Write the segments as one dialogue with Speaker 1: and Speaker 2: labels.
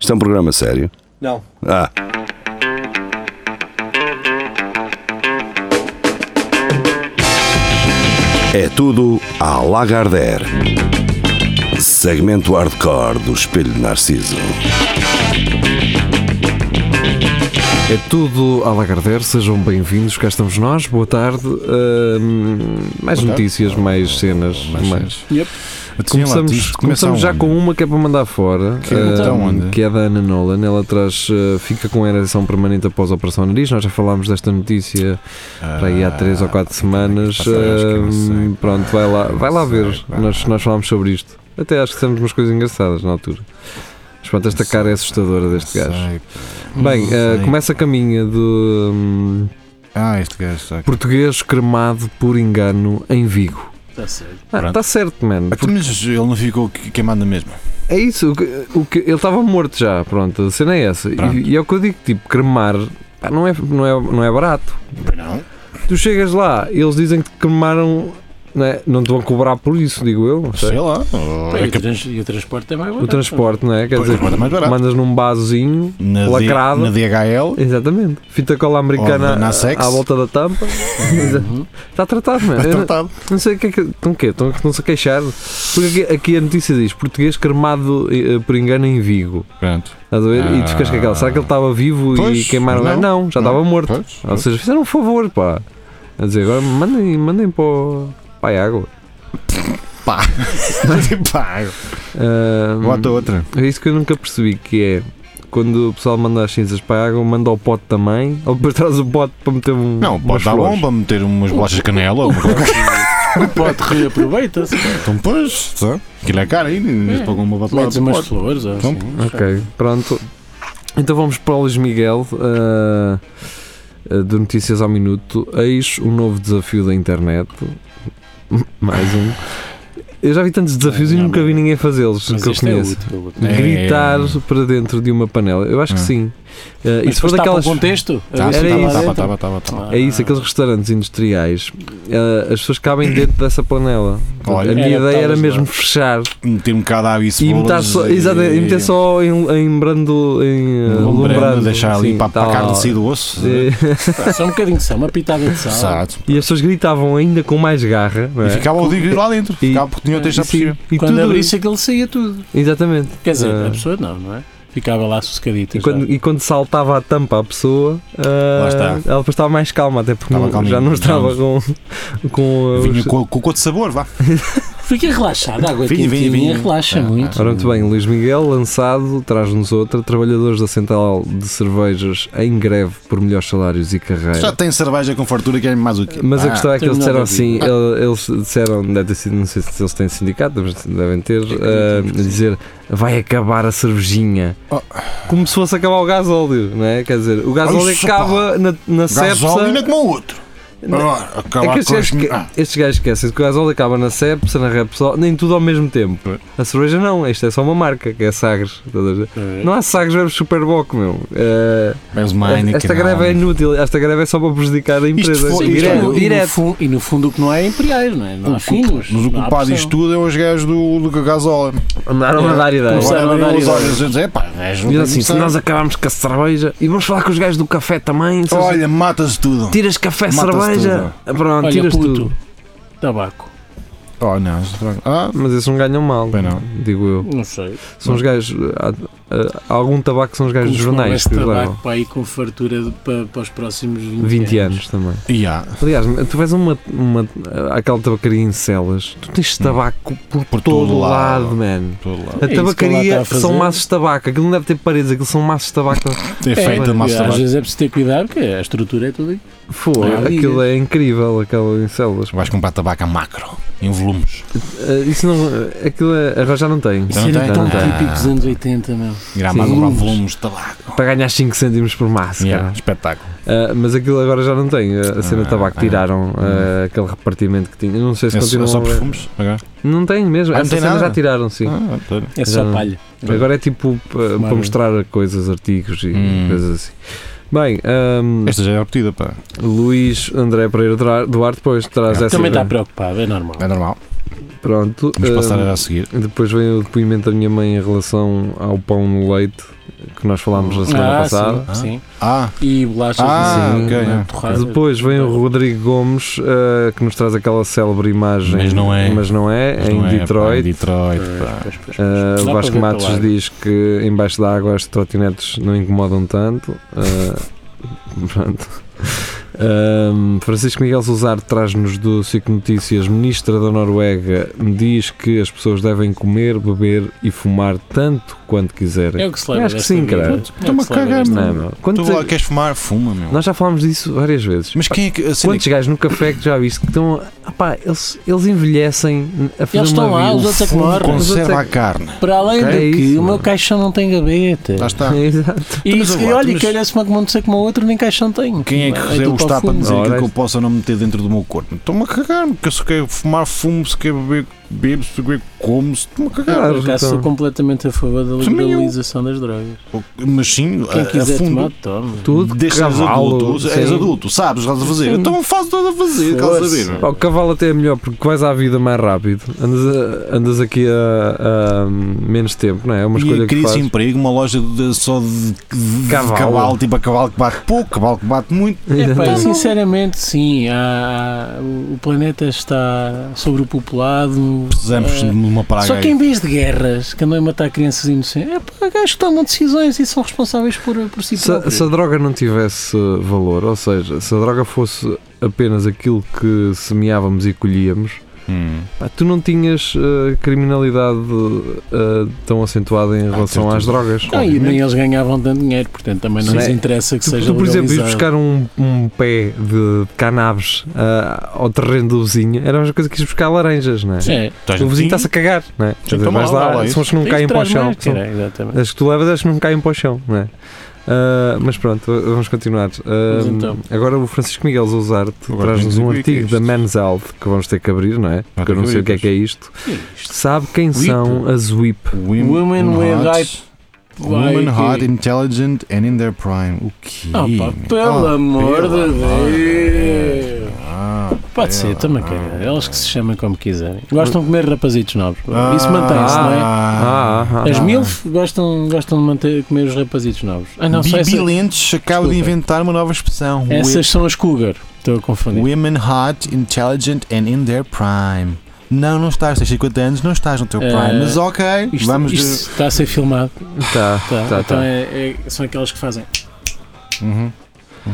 Speaker 1: Isto é um programa sério.
Speaker 2: Não.
Speaker 1: Ah, é tudo à Lagardère. Segmento hardcore do Espelho de Narciso.
Speaker 3: É tudo à Lagardère, sejam bem-vindos, cá estamos nós, boa tarde. Ahm, mais
Speaker 4: Boa tarde.
Speaker 3: notícias, mais cenas.
Speaker 4: Mais
Speaker 3: mais-
Speaker 4: cenas.
Speaker 2: Yep.
Speaker 4: Então,
Speaker 3: Começamos,
Speaker 4: lá, isto começa um.
Speaker 3: começamos já
Speaker 4: aonde?
Speaker 3: com uma que é para mandar fora,
Speaker 4: Que é
Speaker 3: ahm,
Speaker 4: aonde?
Speaker 3: que é da Ana Nolan. Ela traz, ah, fica com ereção permanente após a operação ao nariz. Nós já falámos desta notícia
Speaker 4: Ah,
Speaker 3: para aí há 3 ou 4 semanas.
Speaker 4: que passar, acho que eu não sei,
Speaker 3: Ahm,
Speaker 4: pá.
Speaker 3: pronto, vai lá, vai lá
Speaker 4: Não sei,
Speaker 3: ver.
Speaker 4: pá.
Speaker 3: Nós, nós falámos sobre isto. Até acho que temos umas coisas engraçadas na altura. Mas pronto, esta
Speaker 4: Não
Speaker 3: cara é
Speaker 4: sei,
Speaker 3: assustadora deste
Speaker 4: Não
Speaker 3: gajo.
Speaker 4: sei, pá.
Speaker 3: Bem,
Speaker 4: Não
Speaker 3: eh,
Speaker 4: sei.
Speaker 3: começa a caminha de hum,
Speaker 4: Ah, este gajo está.
Speaker 3: português cremado por engano em Vigo.
Speaker 2: Está certo.
Speaker 3: Ah,
Speaker 4: Pronto.
Speaker 3: está certo, mano.
Speaker 4: Até, mas ele não ficou que- queimado na mesma.
Speaker 3: É isso. O que, o que- ele estava morto já, pronto. A cena é essa.
Speaker 4: Pronto.
Speaker 3: E, e é o que eu digo, tipo, cremar pá, não, é, não, é, não é barato.
Speaker 4: Não.
Speaker 3: Tu chegas lá, eles dizem que te cremaram, não, é? não te vão cobrar por isso, digo eu. não sei.
Speaker 4: Sei lá. ou
Speaker 2: e,
Speaker 4: é
Speaker 2: o
Speaker 4: que-
Speaker 2: trans- e o transporte é mais barato.
Speaker 3: O transporte, não é? Quer
Speaker 4: Pois,
Speaker 3: dizer,
Speaker 4: mas é mais barato.
Speaker 3: mandas num basozinho.
Speaker 4: Na, D-
Speaker 3: lacrado.
Speaker 4: na DHL.
Speaker 3: Exatamente. Fita cola americana
Speaker 4: Ou na
Speaker 3: à-
Speaker 4: Sex.
Speaker 3: à volta da tampa.
Speaker 2: Uhum.
Speaker 3: Está tratado, mano.
Speaker 4: Está
Speaker 3: Eu não-
Speaker 4: tratado.
Speaker 3: Não sei o que é que. Estão o quê? Estão, estão-se a queixar? Porque aqui, aqui a notícia diz: português cremado eh, por engano em Vigo.
Speaker 4: Pronto.
Speaker 3: Estás a ver? E
Speaker 4: Ah.
Speaker 3: tu ficas com aquela. Será que ele estava vivo
Speaker 4: Pois,
Speaker 3: e queimaram?
Speaker 4: mas
Speaker 3: Não, não, já
Speaker 4: não.
Speaker 3: estava morto.
Speaker 4: Pois,
Speaker 3: Ou seja, fizeram um favor, pá. A dizer, agora mandem, mandem para, o- para a água.
Speaker 4: Pá. Pá.
Speaker 3: Ah,
Speaker 4: Bota outra.
Speaker 3: é isso que eu nunca percebi: que é quando o pessoal manda as cinzas para a água, manda o pote também, ou depois traz o pote para meter um.
Speaker 4: Não,
Speaker 3: umas
Speaker 4: pode dar
Speaker 3: flores.
Speaker 4: bom para meter umas bolachas de canela. ou uma coisa. assim.
Speaker 2: O pote reaproveita-se.
Speaker 4: Então, pois. só. Aquilo é caro ainda.
Speaker 2: É.
Speaker 4: Mas pagou uma batelada.
Speaker 2: Metes umas flores. ou
Speaker 4: Então,
Speaker 2: assim.
Speaker 3: Ok, pronto. Então vamos para o Luís Miguel, ah, ah, de Notícias ao Minuto. Eis um novo desafio da internet. Mais um. Eu já vi tantos desafios
Speaker 2: Ah,
Speaker 3: e
Speaker 2: não,
Speaker 3: nunca vi
Speaker 2: não.
Speaker 3: ninguém fazê-los
Speaker 2: Mas
Speaker 3: que eu
Speaker 2: este é
Speaker 3: conheço.
Speaker 2: útil.
Speaker 4: É,
Speaker 3: Gritar
Speaker 4: é, é.
Speaker 3: para dentro de uma panela. Eu acho que
Speaker 4: Ah.
Speaker 3: sim. Ah, e
Speaker 2: Mas
Speaker 3: se for
Speaker 2: depois tapa o
Speaker 3: daquelas.
Speaker 2: contexto?
Speaker 4: Tá,
Speaker 3: Era
Speaker 4: tá,
Speaker 3: isso.
Speaker 4: tá, tá, tá, tá, tá.
Speaker 2: Ah,
Speaker 3: É isso, aqueles restaurantes industriais, ah, as pessoas cabem dentro dessa panela.
Speaker 4: Olha,
Speaker 3: a minha
Speaker 2: era
Speaker 3: ideia era
Speaker 2: talvez
Speaker 3: mesmo
Speaker 2: não.
Speaker 3: fechar
Speaker 4: Meter um bocado à
Speaker 3: E meter só, exatamente, e meter só em, um, em brando, em eh,
Speaker 4: Lembrando,
Speaker 3: lumbrando,
Speaker 4: Um deixar ali
Speaker 3: sim,
Speaker 4: para, para a
Speaker 3: tal.
Speaker 4: carne sair do osso.
Speaker 3: Eh,
Speaker 2: Pá, Só um bocadinho de sal, uma pitada de sal.
Speaker 4: Exato.
Speaker 3: E as pessoas gritavam ainda com mais garra. não é?
Speaker 4: E ficava o digo lá dentro. Ficava porque tinha o texto
Speaker 3: Sim,
Speaker 4: a possível.
Speaker 3: e
Speaker 2: Quando
Speaker 3: tudo,
Speaker 2: abrisse aquilo saía tudo.
Speaker 3: Exatamente.
Speaker 2: Quer dizer,
Speaker 3: Ah.
Speaker 2: a pessoa não, não é? Ficava lá sossegadita.
Speaker 3: E quando, e quando saltava a tampa à pessoa, ah,
Speaker 4: Lá está.
Speaker 3: ela depois estava mais calma, até porque
Speaker 4: Estava
Speaker 3: não-
Speaker 4: calminha.
Speaker 3: já não estava
Speaker 4: Já
Speaker 3: com. com os-
Speaker 4: Vinha com, com outro sabor, vá.
Speaker 2: já. Fica relaxado, a água
Speaker 4: Vinha, vinha,
Speaker 2: quentinha
Speaker 4: vinha.
Speaker 2: relaxa
Speaker 4: Ah,
Speaker 2: muito.
Speaker 3: Ora, muito bem, Luís Miguel, lançado, traz-nos outra. Trabalhadores da Central de Cervejas em greve por melhores salários e carreira.
Speaker 4: Já tem cerveja com fartura, querem mais o quê?
Speaker 3: É. Mas a
Speaker 4: Ah,
Speaker 3: questão é que eles disseram
Speaker 2: terminou
Speaker 3: assim, ele- eles disseram, deve ter sido, não sei se eles têm sindicato, mas devem ter, ah, a dizer vai acabar a cervejinha.
Speaker 4: Oh.
Speaker 3: Como se fosse acabar o gasóleo, não é? Quer dizer, o gasóleo
Speaker 4: Isso, pá.
Speaker 3: acaba na, na
Speaker 4: Gasolina
Speaker 3: sepsa.
Speaker 4: como o outro. Ora,
Speaker 3: É
Speaker 4: acabar
Speaker 3: que
Speaker 4: com
Speaker 3: estes gajos,
Speaker 4: as-
Speaker 3: esque-
Speaker 4: Ah,
Speaker 3: estes gajos esquecem que o gasóleo acaba na sepsa, na Repsol, nem tudo ao mesmo tempo. A cerveja não, isto é só uma marca, que é Sagres. estás a ver?
Speaker 2: É.
Speaker 3: Não há Sagres, bebes Superboc, meu. Ah,
Speaker 4: mas uma Heineken,
Speaker 3: esta greve é
Speaker 4: não.
Speaker 3: inútil, esta greve é só para prejudicar a empresa.
Speaker 4: foi- um isto
Speaker 3: direto,
Speaker 2: e, é no
Speaker 3: direto.
Speaker 2: fundo, e no fundo o que não é é imperiais, não é? Não há finos.
Speaker 4: Mas o
Speaker 2: não há
Speaker 4: culpado
Speaker 2: pressão.
Speaker 4: disto tudo é os gajos do, do gasóleo.
Speaker 3: Andaram a dar ideias.
Speaker 2: Começaram a
Speaker 4: Agora
Speaker 2: dar
Speaker 4: abrem os
Speaker 2: ideias.
Speaker 4: olhos e dizem, pá, gajo,
Speaker 3: Diz assim, se
Speaker 4: começaram.
Speaker 3: nós acabarmos com a cerveja e vamos falar com os gajos do café também, se eles-
Speaker 4: Olha, mata-se tudo.
Speaker 3: tiras café, cerveja,
Speaker 4: mata-se
Speaker 3: pronto,
Speaker 2: Olha,
Speaker 3: tiras
Speaker 2: puto,
Speaker 3: tudo.
Speaker 2: tabaco.
Speaker 4: Oh, não. isso é- Ah,
Speaker 3: Mas esses não ganham mal,
Speaker 4: Bem, não.
Speaker 3: digo eu.
Speaker 2: Não sei.
Speaker 3: São os gajos. Há, há- há algum tabaco são os gajos dos
Speaker 2: Como se não
Speaker 3: jornais
Speaker 2: houvesse
Speaker 3: que os levam.
Speaker 2: tabaco para ir com fartura de- para, para os próximos 20,
Speaker 3: 20 anos também.
Speaker 4: e há.
Speaker 3: Aliás, tu vais a uma, uma, aquela tabacaria em celas, tu tens tabaco por,
Speaker 4: Por
Speaker 3: todo,
Speaker 4: todo
Speaker 3: lado,
Speaker 4: lado.
Speaker 3: mano.
Speaker 4: Todo lado.
Speaker 3: A
Speaker 2: É isso que ela
Speaker 3: tabacaria
Speaker 2: está a fazer.
Speaker 3: são maços de tabaco, aquilo não deve ter paredes, aquilo são maços de tabaco.
Speaker 4: É feita
Speaker 2: mas,
Speaker 4: massa
Speaker 2: Às
Speaker 4: tabaco.
Speaker 2: vezes é preciso ter cuidado, porque a estrutura é tudo aí.
Speaker 3: Foi,
Speaker 2: Ah,
Speaker 3: aquilo é incrível, aquela em celas.
Speaker 4: Vais comprar tabaco a macro, em volumes.
Speaker 3: Ah, isso não. Aquilo é, agora já não tem.
Speaker 4: Já não
Speaker 2: Isso
Speaker 4: tem?
Speaker 2: era tão
Speaker 3: Não tem.
Speaker 2: um típico dos anos 80, meu.
Speaker 4: Ir à
Speaker 3: Sim.
Speaker 4: mais comprar
Speaker 2: Volumes.
Speaker 4: volumes de tabaco.
Speaker 3: para ganhar 5 cêntimos por massa.
Speaker 4: Yeah, Espetáculo.
Speaker 3: Ah, mas aquilo agora já não tem. Eh, A cena de
Speaker 4: Ah,
Speaker 3: tabaco
Speaker 4: ah.
Speaker 3: tiraram ah, aquele repartimento que tinha. Eu Não sei se
Speaker 4: É só- é
Speaker 3: continuam.
Speaker 4: só
Speaker 3: a-
Speaker 4: perfumes? Agora?
Speaker 3: Não tem mesmo.
Speaker 4: Ah, não
Speaker 3: Essa
Speaker 4: tem
Speaker 3: cena
Speaker 4: nada?
Speaker 3: já tiraram, sim.
Speaker 4: Ah, tá.
Speaker 2: É
Speaker 3: Já
Speaker 2: só
Speaker 3: não.
Speaker 2: palha.
Speaker 3: Agora é tipo ah, para
Speaker 2: Maravilha.
Speaker 3: mostrar coisas, artigos e
Speaker 4: Hum.
Speaker 3: coisas assim. Bem, ahm,
Speaker 4: Esta já é repetida, pá.
Speaker 3: Luís André Pereira Dra- Duarte, depois traz essa.
Speaker 2: Também está preocupado, é normal.
Speaker 4: É normal.
Speaker 3: Pronto.
Speaker 4: tá
Speaker 3: ehm,
Speaker 4: Vamos passar
Speaker 3: ahm,
Speaker 4: a seguir.
Speaker 3: Depois vem o depoimento da minha mãe em relação ao pão no leite que nós falámos na semana
Speaker 2: ah,
Speaker 3: passada.
Speaker 2: Sim, sim.
Speaker 4: Ah,
Speaker 2: E bolachas
Speaker 4: Ah,
Speaker 2: de né?
Speaker 4: ok,
Speaker 2: de
Speaker 4: é.
Speaker 2: torrada.
Speaker 3: Depois vem o Rodrigo Gomes, eh, que nos traz aquela célebre imagem,
Speaker 4: Mas não é.
Speaker 3: mas não é,
Speaker 4: mas
Speaker 3: em
Speaker 4: não é, pá,
Speaker 3: Detroit.
Speaker 4: em Detroit,
Speaker 2: Pois,
Speaker 4: pá.
Speaker 2: pois, pois, pois.
Speaker 3: Eh,
Speaker 2: Dá
Speaker 3: o
Speaker 2: para
Speaker 3: Vasco
Speaker 2: ver
Speaker 3: Matos
Speaker 2: pela
Speaker 3: diz que embaixo da água as trotinetes não incomodam tanto. Eh, pronto. Ahm, Francisco Miguel Sousar traz-nos do Cic Notícias. Ministra da Noruega diz que as pessoas devem comer, beber e fumar tanto quanto quiserem.
Speaker 2: É o que se leva
Speaker 3: Acho que
Speaker 2: desta
Speaker 3: sim,
Speaker 2: vida.
Speaker 3: cara.
Speaker 2: É o que se
Speaker 4: Toma
Speaker 2: leva
Speaker 4: cagar,
Speaker 2: desta
Speaker 4: mano.
Speaker 3: Não,
Speaker 2: vida.
Speaker 3: meu. Quantos-
Speaker 4: Tu lá queres fumar? Fuma, meu.
Speaker 3: Nós já falámos disso várias vezes.
Speaker 4: Mas quem é que. A cena
Speaker 3: Quantos gajos no café que já viste que estão. ah pá, eles, eles envelhecem a fazer
Speaker 2: Eles
Speaker 3: uma
Speaker 2: estão lá,
Speaker 3: vida.
Speaker 2: os outros é que
Speaker 4: que
Speaker 2: morrem.
Speaker 4: conserva a carne.
Speaker 2: Para além
Speaker 3: Ok, é
Speaker 2: de que
Speaker 3: isso,
Speaker 2: o meu
Speaker 3: mano.
Speaker 2: caixão não tem gaveta.
Speaker 4: Lá está.
Speaker 3: Exato.
Speaker 2: E
Speaker 4: mas
Speaker 2: se,
Speaker 4: agora,
Speaker 2: olha,
Speaker 4: mas-
Speaker 2: que olha-se uma como não sei como o outro, nem caixão tem.
Speaker 4: Quem é que recebeu
Speaker 2: tudo
Speaker 4: os
Speaker 2: para o
Speaker 4: tapas a
Speaker 2: fundo.
Speaker 4: dizer aquilo
Speaker 3: Ora,
Speaker 4: que eu possa não meter dentro do meu corpo? Estou-me a cagar, porque se eu quero fumar, fumo, se quero beber, bebo, se quero como, se estou-me a cagar.
Speaker 2: Por acaso sou
Speaker 3: Então,
Speaker 2: completamente a favor da
Speaker 4: Também eu.
Speaker 2: liberalização das drogas.
Speaker 4: Mas sim,
Speaker 2: Quem
Speaker 4: a- a
Speaker 2: quiser
Speaker 4: fundo.
Speaker 2: tomar, toma.
Speaker 3: tudo.
Speaker 4: Desde que és
Speaker 3: cavalo,
Speaker 4: adulto, és
Speaker 3: sim.
Speaker 4: adulto, sabes, estás a fazer.
Speaker 3: Sim.
Speaker 4: Então faz tudo a fazer, estás a ver.
Speaker 3: Pá, o cavalo até é melhor porque vais à vida mais rápido, andas, a- andas aqui a, a menos tempo, não é? É uma escolha
Speaker 4: e
Speaker 3: que
Speaker 4: cria-se
Speaker 3: fazes.
Speaker 4: emprego, uma loja de- só de, de- de
Speaker 3: Cavalo.
Speaker 4: cavalo. tipo a cavalo que bate pouco, cavalo que bate muito.
Speaker 2: É, pá,
Speaker 3: Exatamente.
Speaker 2: sinceramente, sim. há- há- o planeta está sobrepopulado.
Speaker 4: Precisamos
Speaker 2: Ah,
Speaker 3: É.
Speaker 4: de uma praga.
Speaker 2: Só que
Speaker 4: aí.
Speaker 2: em vez de guerras, que andam a matar crianças inocentes, é pá, gajos que tomam decisões e são responsáveis por, por si
Speaker 3: se,
Speaker 2: próprios.
Speaker 3: se a droga não tivesse valor, ou seja, se a droga fosse apenas aquilo que semeávamos e colhíamos,
Speaker 4: Hum.
Speaker 3: pá, tu não tinhas eh, criminalidade eh, tão acentuada
Speaker 4: Ah,
Speaker 3: em relação às
Speaker 4: certeza.
Speaker 3: drogas.
Speaker 2: Não, Ah, e nem eles ganhavam tanto dinheiro, portanto também não
Speaker 3: Sim.
Speaker 2: nos interessa que
Speaker 3: Tu,
Speaker 2: seja
Speaker 3: tu, por exemplo, ires
Speaker 2: legalizado.
Speaker 3: buscar um, um pé de cannabis ah, ao terreno do vizinho, era a mesma coisa que ires buscar laranjas, não é?
Speaker 2: É.
Speaker 4: Estás
Speaker 3: O vizinho
Speaker 4: no-
Speaker 3: está-se a cagar, não é? Quer dizer,
Speaker 4: toma
Speaker 3: vais
Speaker 4: lá,
Speaker 3: lá,
Speaker 4: dá lá
Speaker 3: são as que não
Speaker 2: Isto
Speaker 3: um caem para o
Speaker 2: é, traz
Speaker 3: chão.
Speaker 2: mais,
Speaker 3: são-
Speaker 2: cara, exatamente.
Speaker 3: As que tu levas, as que não caem para o chão, não é? Ah, mas pronto, vamos continuar. Ah,
Speaker 2: Mas então.
Speaker 3: Agora o Francisco Miguel Zouzarte
Speaker 4: Agora
Speaker 3: traz-nos
Speaker 4: tenho
Speaker 3: um
Speaker 4: que ver o que é
Speaker 3: artigo
Speaker 4: que é
Speaker 3: da Men's Health que vamos ter que abrir, não é? Porque eu
Speaker 4: ter
Speaker 3: não
Speaker 4: que
Speaker 3: sei o que
Speaker 4: abrir,
Speaker 3: é que é isto. Sabe quem
Speaker 4: Whip?
Speaker 3: são as WIP?
Speaker 4: Women,
Speaker 2: Women with
Speaker 4: hot,
Speaker 2: high-
Speaker 4: Women
Speaker 2: high-
Speaker 4: hot, intelligent and in their prime. O quê?
Speaker 2: Ah, pá,
Speaker 4: meu?
Speaker 2: pelo
Speaker 4: Ah,
Speaker 2: amor
Speaker 4: pelo
Speaker 2: de
Speaker 4: amor
Speaker 2: Deus.
Speaker 4: Deus. Ah, pelo
Speaker 2: Pode ser, também que
Speaker 4: amor.
Speaker 2: Elas que se chamem como quiserem. Gostam de comer rapazitos novos.
Speaker 4: Ah,
Speaker 2: Isso mantém-se, não é?
Speaker 3: Ah, ah, ah.
Speaker 2: As MILF gostam, gostam de manter, comer os rapazitos novos. Ah, não, só essa,
Speaker 4: Bibi Lentes acaba de
Speaker 2: Desculpa.
Speaker 4: inventar uma nova expressão.
Speaker 2: essas são as Cougar. Estou a confundir.
Speaker 4: Women hot, intelligent and in their prime. Não, não estás, tens 50 anos, não estás no teu
Speaker 2: Eh,
Speaker 4: prime, mas ok,
Speaker 2: Isto,
Speaker 4: vamos
Speaker 2: isto
Speaker 4: de...
Speaker 2: está a ser filmado.
Speaker 3: Tá,
Speaker 2: Tá.
Speaker 3: tá,
Speaker 2: então
Speaker 3: tá.
Speaker 2: é- é- são aquelas que fazem.
Speaker 4: Uhum.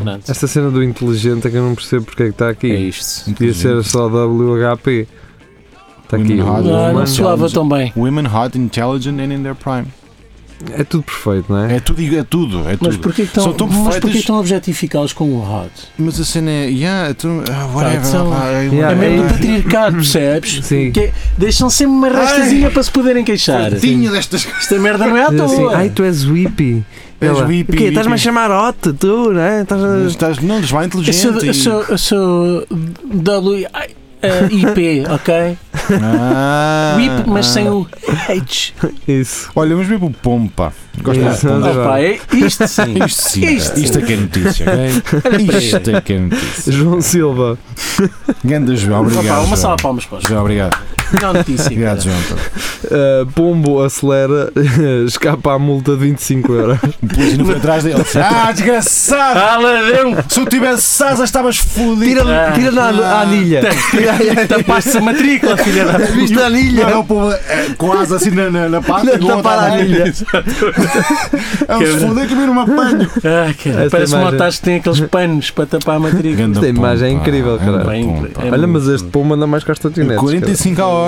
Speaker 2: Pronto,
Speaker 3: Esta cena do inteligente é que eu não percebo porque é que está aqui.
Speaker 2: é isto.
Speaker 3: Podia ser só WHP. Está Tá aqui.
Speaker 4: Women
Speaker 2: Ah,
Speaker 4: Hard
Speaker 2: não,
Speaker 4: Woman.
Speaker 2: soava tão bem.
Speaker 4: Women hot, intelligent and in their prime.
Speaker 3: É tudo perfeito, não é?
Speaker 4: É tudo, é tudo, é
Speaker 2: Mas
Speaker 4: tudo.
Speaker 2: porquê que estão,
Speaker 4: São tão
Speaker 2: mas
Speaker 4: perfeitas.
Speaker 2: porquê que estão a objetificá-los com o hot?
Speaker 4: Mas a cena é, yeah, tu, ah, whatever.
Speaker 2: são-
Speaker 4: ah, é-
Speaker 3: Yeah,
Speaker 2: É mesmo
Speaker 3: é-
Speaker 2: do patriarcado, percebes?
Speaker 3: Sim.
Speaker 2: Que é- deixam sempre uma rastazinha para se poderem queixar.
Speaker 4: Tinha destas
Speaker 2: Esta merda não é à
Speaker 3: Diz
Speaker 2: toa.
Speaker 3: assim, Ai, tu és whippy.
Speaker 4: És
Speaker 3: Ela,
Speaker 4: whippy,
Speaker 3: O quê? Estás-me a
Speaker 4: whippy."
Speaker 3: chamar Otto, tu, não é? Estás a-
Speaker 4: Estás, não, estás bem
Speaker 2: Eh, eu sou,
Speaker 4: inteligente.
Speaker 2: eu sou, eu sou W I- eh, IP, ok?
Speaker 4: Ah,
Speaker 2: WIP, mas
Speaker 4: ah.
Speaker 2: sem o H.
Speaker 3: Isso.
Speaker 4: Olha, mas mesmo o pompa. Gosto
Speaker 3: Isso,
Speaker 4: mais de
Speaker 3: anda
Speaker 4: pompa.
Speaker 3: lá.
Speaker 2: Opa, é isto sim.
Speaker 4: Isto sim,
Speaker 2: Isto
Speaker 4: isto é que é notícia. ok? Isto é que é notícia.
Speaker 3: João Silva.
Speaker 4: Ganda João, obrigado.
Speaker 2: Opa, uma
Speaker 4: João.
Speaker 2: salva de palmas para os
Speaker 4: João, obrigado.
Speaker 2: Não notícia.
Speaker 4: Obrigado,
Speaker 2: cara.
Speaker 3: Uh,
Speaker 4: João.
Speaker 3: Pombo acelera, escapa à multa de 25 euros.
Speaker 4: O polícia foi atrás dele. Ah, desgraçado!
Speaker 2: Ah, ladrão!
Speaker 4: Se eu tivesse Sasa, estavas fodido.
Speaker 2: Tira- tira
Speaker 3: na
Speaker 4: a anilha.
Speaker 2: Tapaste a matrícula, filha da
Speaker 3: Viste a anilha?
Speaker 4: Não, tá o povo é, com a asa assim na, na, na pata.
Speaker 3: Na- na
Speaker 4: igual a
Speaker 3: paranilha.
Speaker 4: É um se foder que eu não me apanho.
Speaker 2: Ah, cara,
Speaker 3: Esta
Speaker 2: parece um
Speaker 3: imagem.
Speaker 2: otário que tem aqueles panos para tapar a matrícula.
Speaker 4: Ganda
Speaker 3: imagem é
Speaker 4: pompa,
Speaker 3: incrível,
Speaker 4: ganda
Speaker 3: caralho.
Speaker 2: É incrível.
Speaker 4: pompa.
Speaker 2: É
Speaker 3: Olha,
Speaker 2: muito
Speaker 3: mas este pombo anda mais que as trotinetes.
Speaker 4: 45 a hora.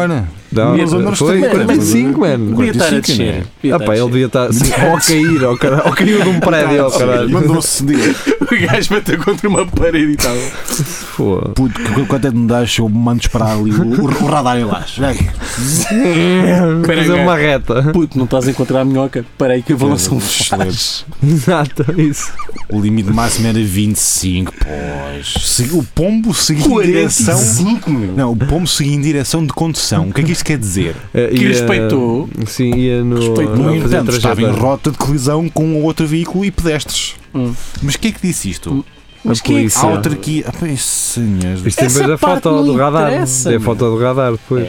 Speaker 3: Não,
Speaker 4: Nos anos
Speaker 3: foi
Speaker 4: 30,
Speaker 3: 45, mano.
Speaker 2: Devia estar a
Speaker 4: 45, não
Speaker 2: descer.
Speaker 4: é?
Speaker 2: devia
Speaker 3: Ah
Speaker 2: estar
Speaker 3: pá,
Speaker 2: a
Speaker 3: ele
Speaker 2: descer.
Speaker 3: devia estar assim, ou a cair, ou, caralho, ou caiu de um prédio, ou caralho.
Speaker 4: Mandou-se ceder.
Speaker 2: O gajo bateu contra uma parede e tal.
Speaker 3: Foda.
Speaker 4: Puto, que- quanto é que me das? Eu mando para ali o, o, o radar em lá.
Speaker 3: Fazer uma reta.
Speaker 2: Puto, não estás a encontrar a minhoca? Parei que a balança um flash.
Speaker 3: Exato, isso.
Speaker 4: O limite máximo era 25, pois. Se- O pombo seguiu em direção.
Speaker 2: 45, meu.
Speaker 4: Não, o pombo seguiu em direção de condução. O que é que isto quer dizer?
Speaker 3: Eh,
Speaker 2: Que
Speaker 3: ia-
Speaker 2: respeitou.
Speaker 3: Sim, ia no.
Speaker 2: Respeitou.
Speaker 4: No
Speaker 3: a fazer
Speaker 4: entanto, estava em
Speaker 3: trajetória.
Speaker 4: rota de colisão com outro veículo e pedestres.
Speaker 2: Hum.
Speaker 4: Mas quem é que disse isto?
Speaker 2: Mas
Speaker 3: A
Speaker 2: quem é que
Speaker 3: polícia.
Speaker 4: A autarquia. Ah, pois, senhores.
Speaker 3: Isto tem
Speaker 2: Essa
Speaker 3: depois a
Speaker 2: parte
Speaker 3: foto
Speaker 2: não
Speaker 3: do radar.
Speaker 2: interessa,
Speaker 3: Tem a
Speaker 2: meu.
Speaker 3: foto do radar depois.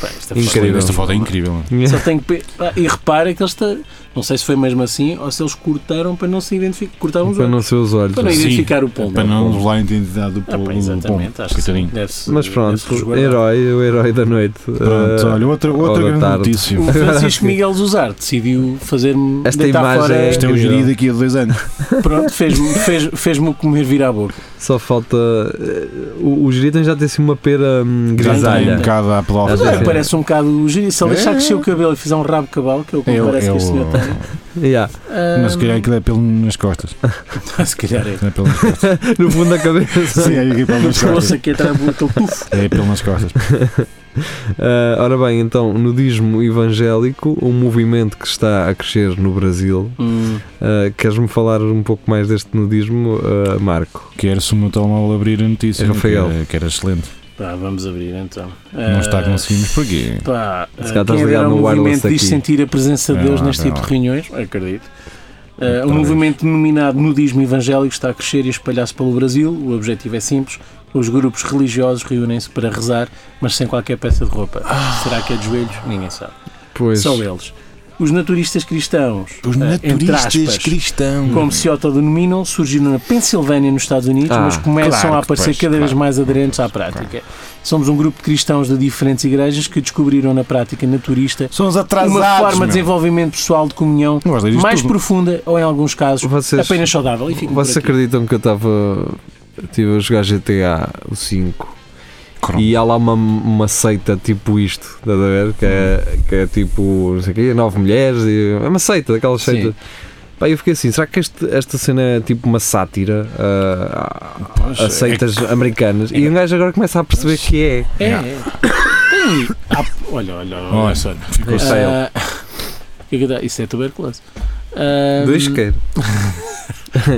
Speaker 2: Pá, esta
Speaker 3: Incrível.
Speaker 4: Esta foto é incrível.
Speaker 2: foto- Só tem que. pe- Ah, E repara que eles ta- Não sei se foi mesmo assim ou se eles cortaram para não se identificar. Cortaram os
Speaker 3: para
Speaker 2: olhos.
Speaker 3: não ser os olhos.
Speaker 2: Para não
Speaker 4: Sim,
Speaker 2: identificar o pombo.
Speaker 4: Para não revelar a identidade do
Speaker 2: Ah,
Speaker 4: povo.
Speaker 2: pá, exatamente, acho que sim.
Speaker 4: Coitadinho.
Speaker 2: Deve-se-
Speaker 3: Mas
Speaker 2: deve-se
Speaker 3: pronto,
Speaker 2: resguardar.
Speaker 3: herói, o herói da noite.
Speaker 4: Pronto,
Speaker 3: Eh,
Speaker 4: olha, outra,
Speaker 3: da
Speaker 4: outra grande
Speaker 3: tarde.
Speaker 4: notícia.
Speaker 2: O Francisco
Speaker 3: Sim.
Speaker 2: Miguel Zuzar decidiu fazer-me
Speaker 3: Esta
Speaker 2: deitar
Speaker 3: imagem
Speaker 2: fora.
Speaker 3: é-
Speaker 4: Isto é o geri daqui a dois anos.
Speaker 2: Pronto, fez-me fez, fez comer vir à boca.
Speaker 3: Só falta. eh, o, o Giri tem já tem assim uma pera hum,
Speaker 4: Já tem um
Speaker 3: grisalha.
Speaker 4: bocado à pedal.
Speaker 3: Mas
Speaker 2: Mas
Speaker 3: é.
Speaker 2: parece um bocado o giri. Se ele
Speaker 4: É,
Speaker 2: deixar
Speaker 4: é.
Speaker 2: crescer o cabelo e fizer um rabo cabal, que é o que me
Speaker 4: Eu-
Speaker 2: parece que
Speaker 4: eu-
Speaker 2: este senhor tem.
Speaker 3: Yeah.
Speaker 4: Mas se calhar aquilo é pelo nas costas.
Speaker 2: Ah, se calhar é.
Speaker 4: É pelo nas costas.
Speaker 3: No fundo da cabeça.
Speaker 4: Sim, é pelo nas
Speaker 2: Falou-se
Speaker 4: costas.
Speaker 2: aqui atrás do aquele puf.
Speaker 4: É pelo nas costas.
Speaker 3: Eh, ora bem, então, nudismo evangélico, um movimento que está a crescer no Brasil.
Speaker 2: Hum,
Speaker 3: Eh, Queres-me falar um pouco mais deste nudismo, eh, Marco?
Speaker 4: Quero-se o meu telemóvel abrir a notícia.
Speaker 3: Rafael.
Speaker 4: Que era, que era excelente.
Speaker 2: pá, vamos abrir então.
Speaker 4: Não está a conseguir, mas porquê?
Speaker 2: Pá, ah,
Speaker 3: Se calhar estás
Speaker 2: quem
Speaker 3: ligado
Speaker 2: adera ao
Speaker 3: no wireless
Speaker 2: movimento diz
Speaker 3: aqui.
Speaker 2: sentir a presença de
Speaker 4: Vai
Speaker 2: Deus
Speaker 4: lá,
Speaker 2: neste
Speaker 4: vai
Speaker 2: tipo de
Speaker 4: lá.
Speaker 2: reuniões, acredito. Ah, o
Speaker 4: Talvez.
Speaker 2: movimento denominado nudismo evangélico está a crescer e espalhar-se pelo Brasil. O objetivo é simples: os grupos religiosos reúnem-se para rezar, mas sem qualquer peça de roupa.
Speaker 4: Ah.
Speaker 2: Será que é de joelhos? Ninguém sabe.
Speaker 3: Pois.
Speaker 2: Só eles. Os naturistas cristãos,
Speaker 4: Os
Speaker 2: ah, entre
Speaker 4: naturistas
Speaker 2: aspas,
Speaker 4: cristãos.
Speaker 2: como se autodenominam, surgiram na Pensilvânia, nos Estados Unidos,
Speaker 3: Ah,
Speaker 2: mas começam
Speaker 4: claro
Speaker 2: a
Speaker 4: que
Speaker 2: aparecer
Speaker 4: depois,
Speaker 2: cada vez
Speaker 4: claro.
Speaker 2: mais aderentes à prática. Somos um grupo de cristãos de diferentes igrejas que descobriram na prática naturista
Speaker 4: São os atrasados.
Speaker 2: uma forma de
Speaker 4: meu.
Speaker 2: desenvolvimento pessoal de comunhão
Speaker 4: Não gosto de dizer isto
Speaker 2: mais
Speaker 4: tudo.
Speaker 2: profunda ou, em alguns casos,
Speaker 3: Vocês,
Speaker 2: apenas saudável. E fico por
Speaker 3: vocês
Speaker 2: aqui.
Speaker 3: acreditam que eu estava. Estive a jogar GTA o 5
Speaker 4: Cromo.
Speaker 3: E há lá uma, uma seita tipo isto, estás a ver? Que é, que é tipo, não sei o quê, nove mulheres, e, é uma seita, daquelas
Speaker 2: Sim.
Speaker 3: seitas. Pá, eu fiquei assim, será que este- esta cena é tipo uma sátira ah,
Speaker 4: Pois,
Speaker 3: a, a seitas americanas? E um gajo agora começa a perceber que é.
Speaker 2: É, é. Tem- ah, olha, olha, olha,
Speaker 4: Olha,
Speaker 2: só.
Speaker 4: ficou
Speaker 3: Isso é
Speaker 2: Ah, o que é que dá? Isso é tuberculose. Ah,
Speaker 3: Do isqueiro.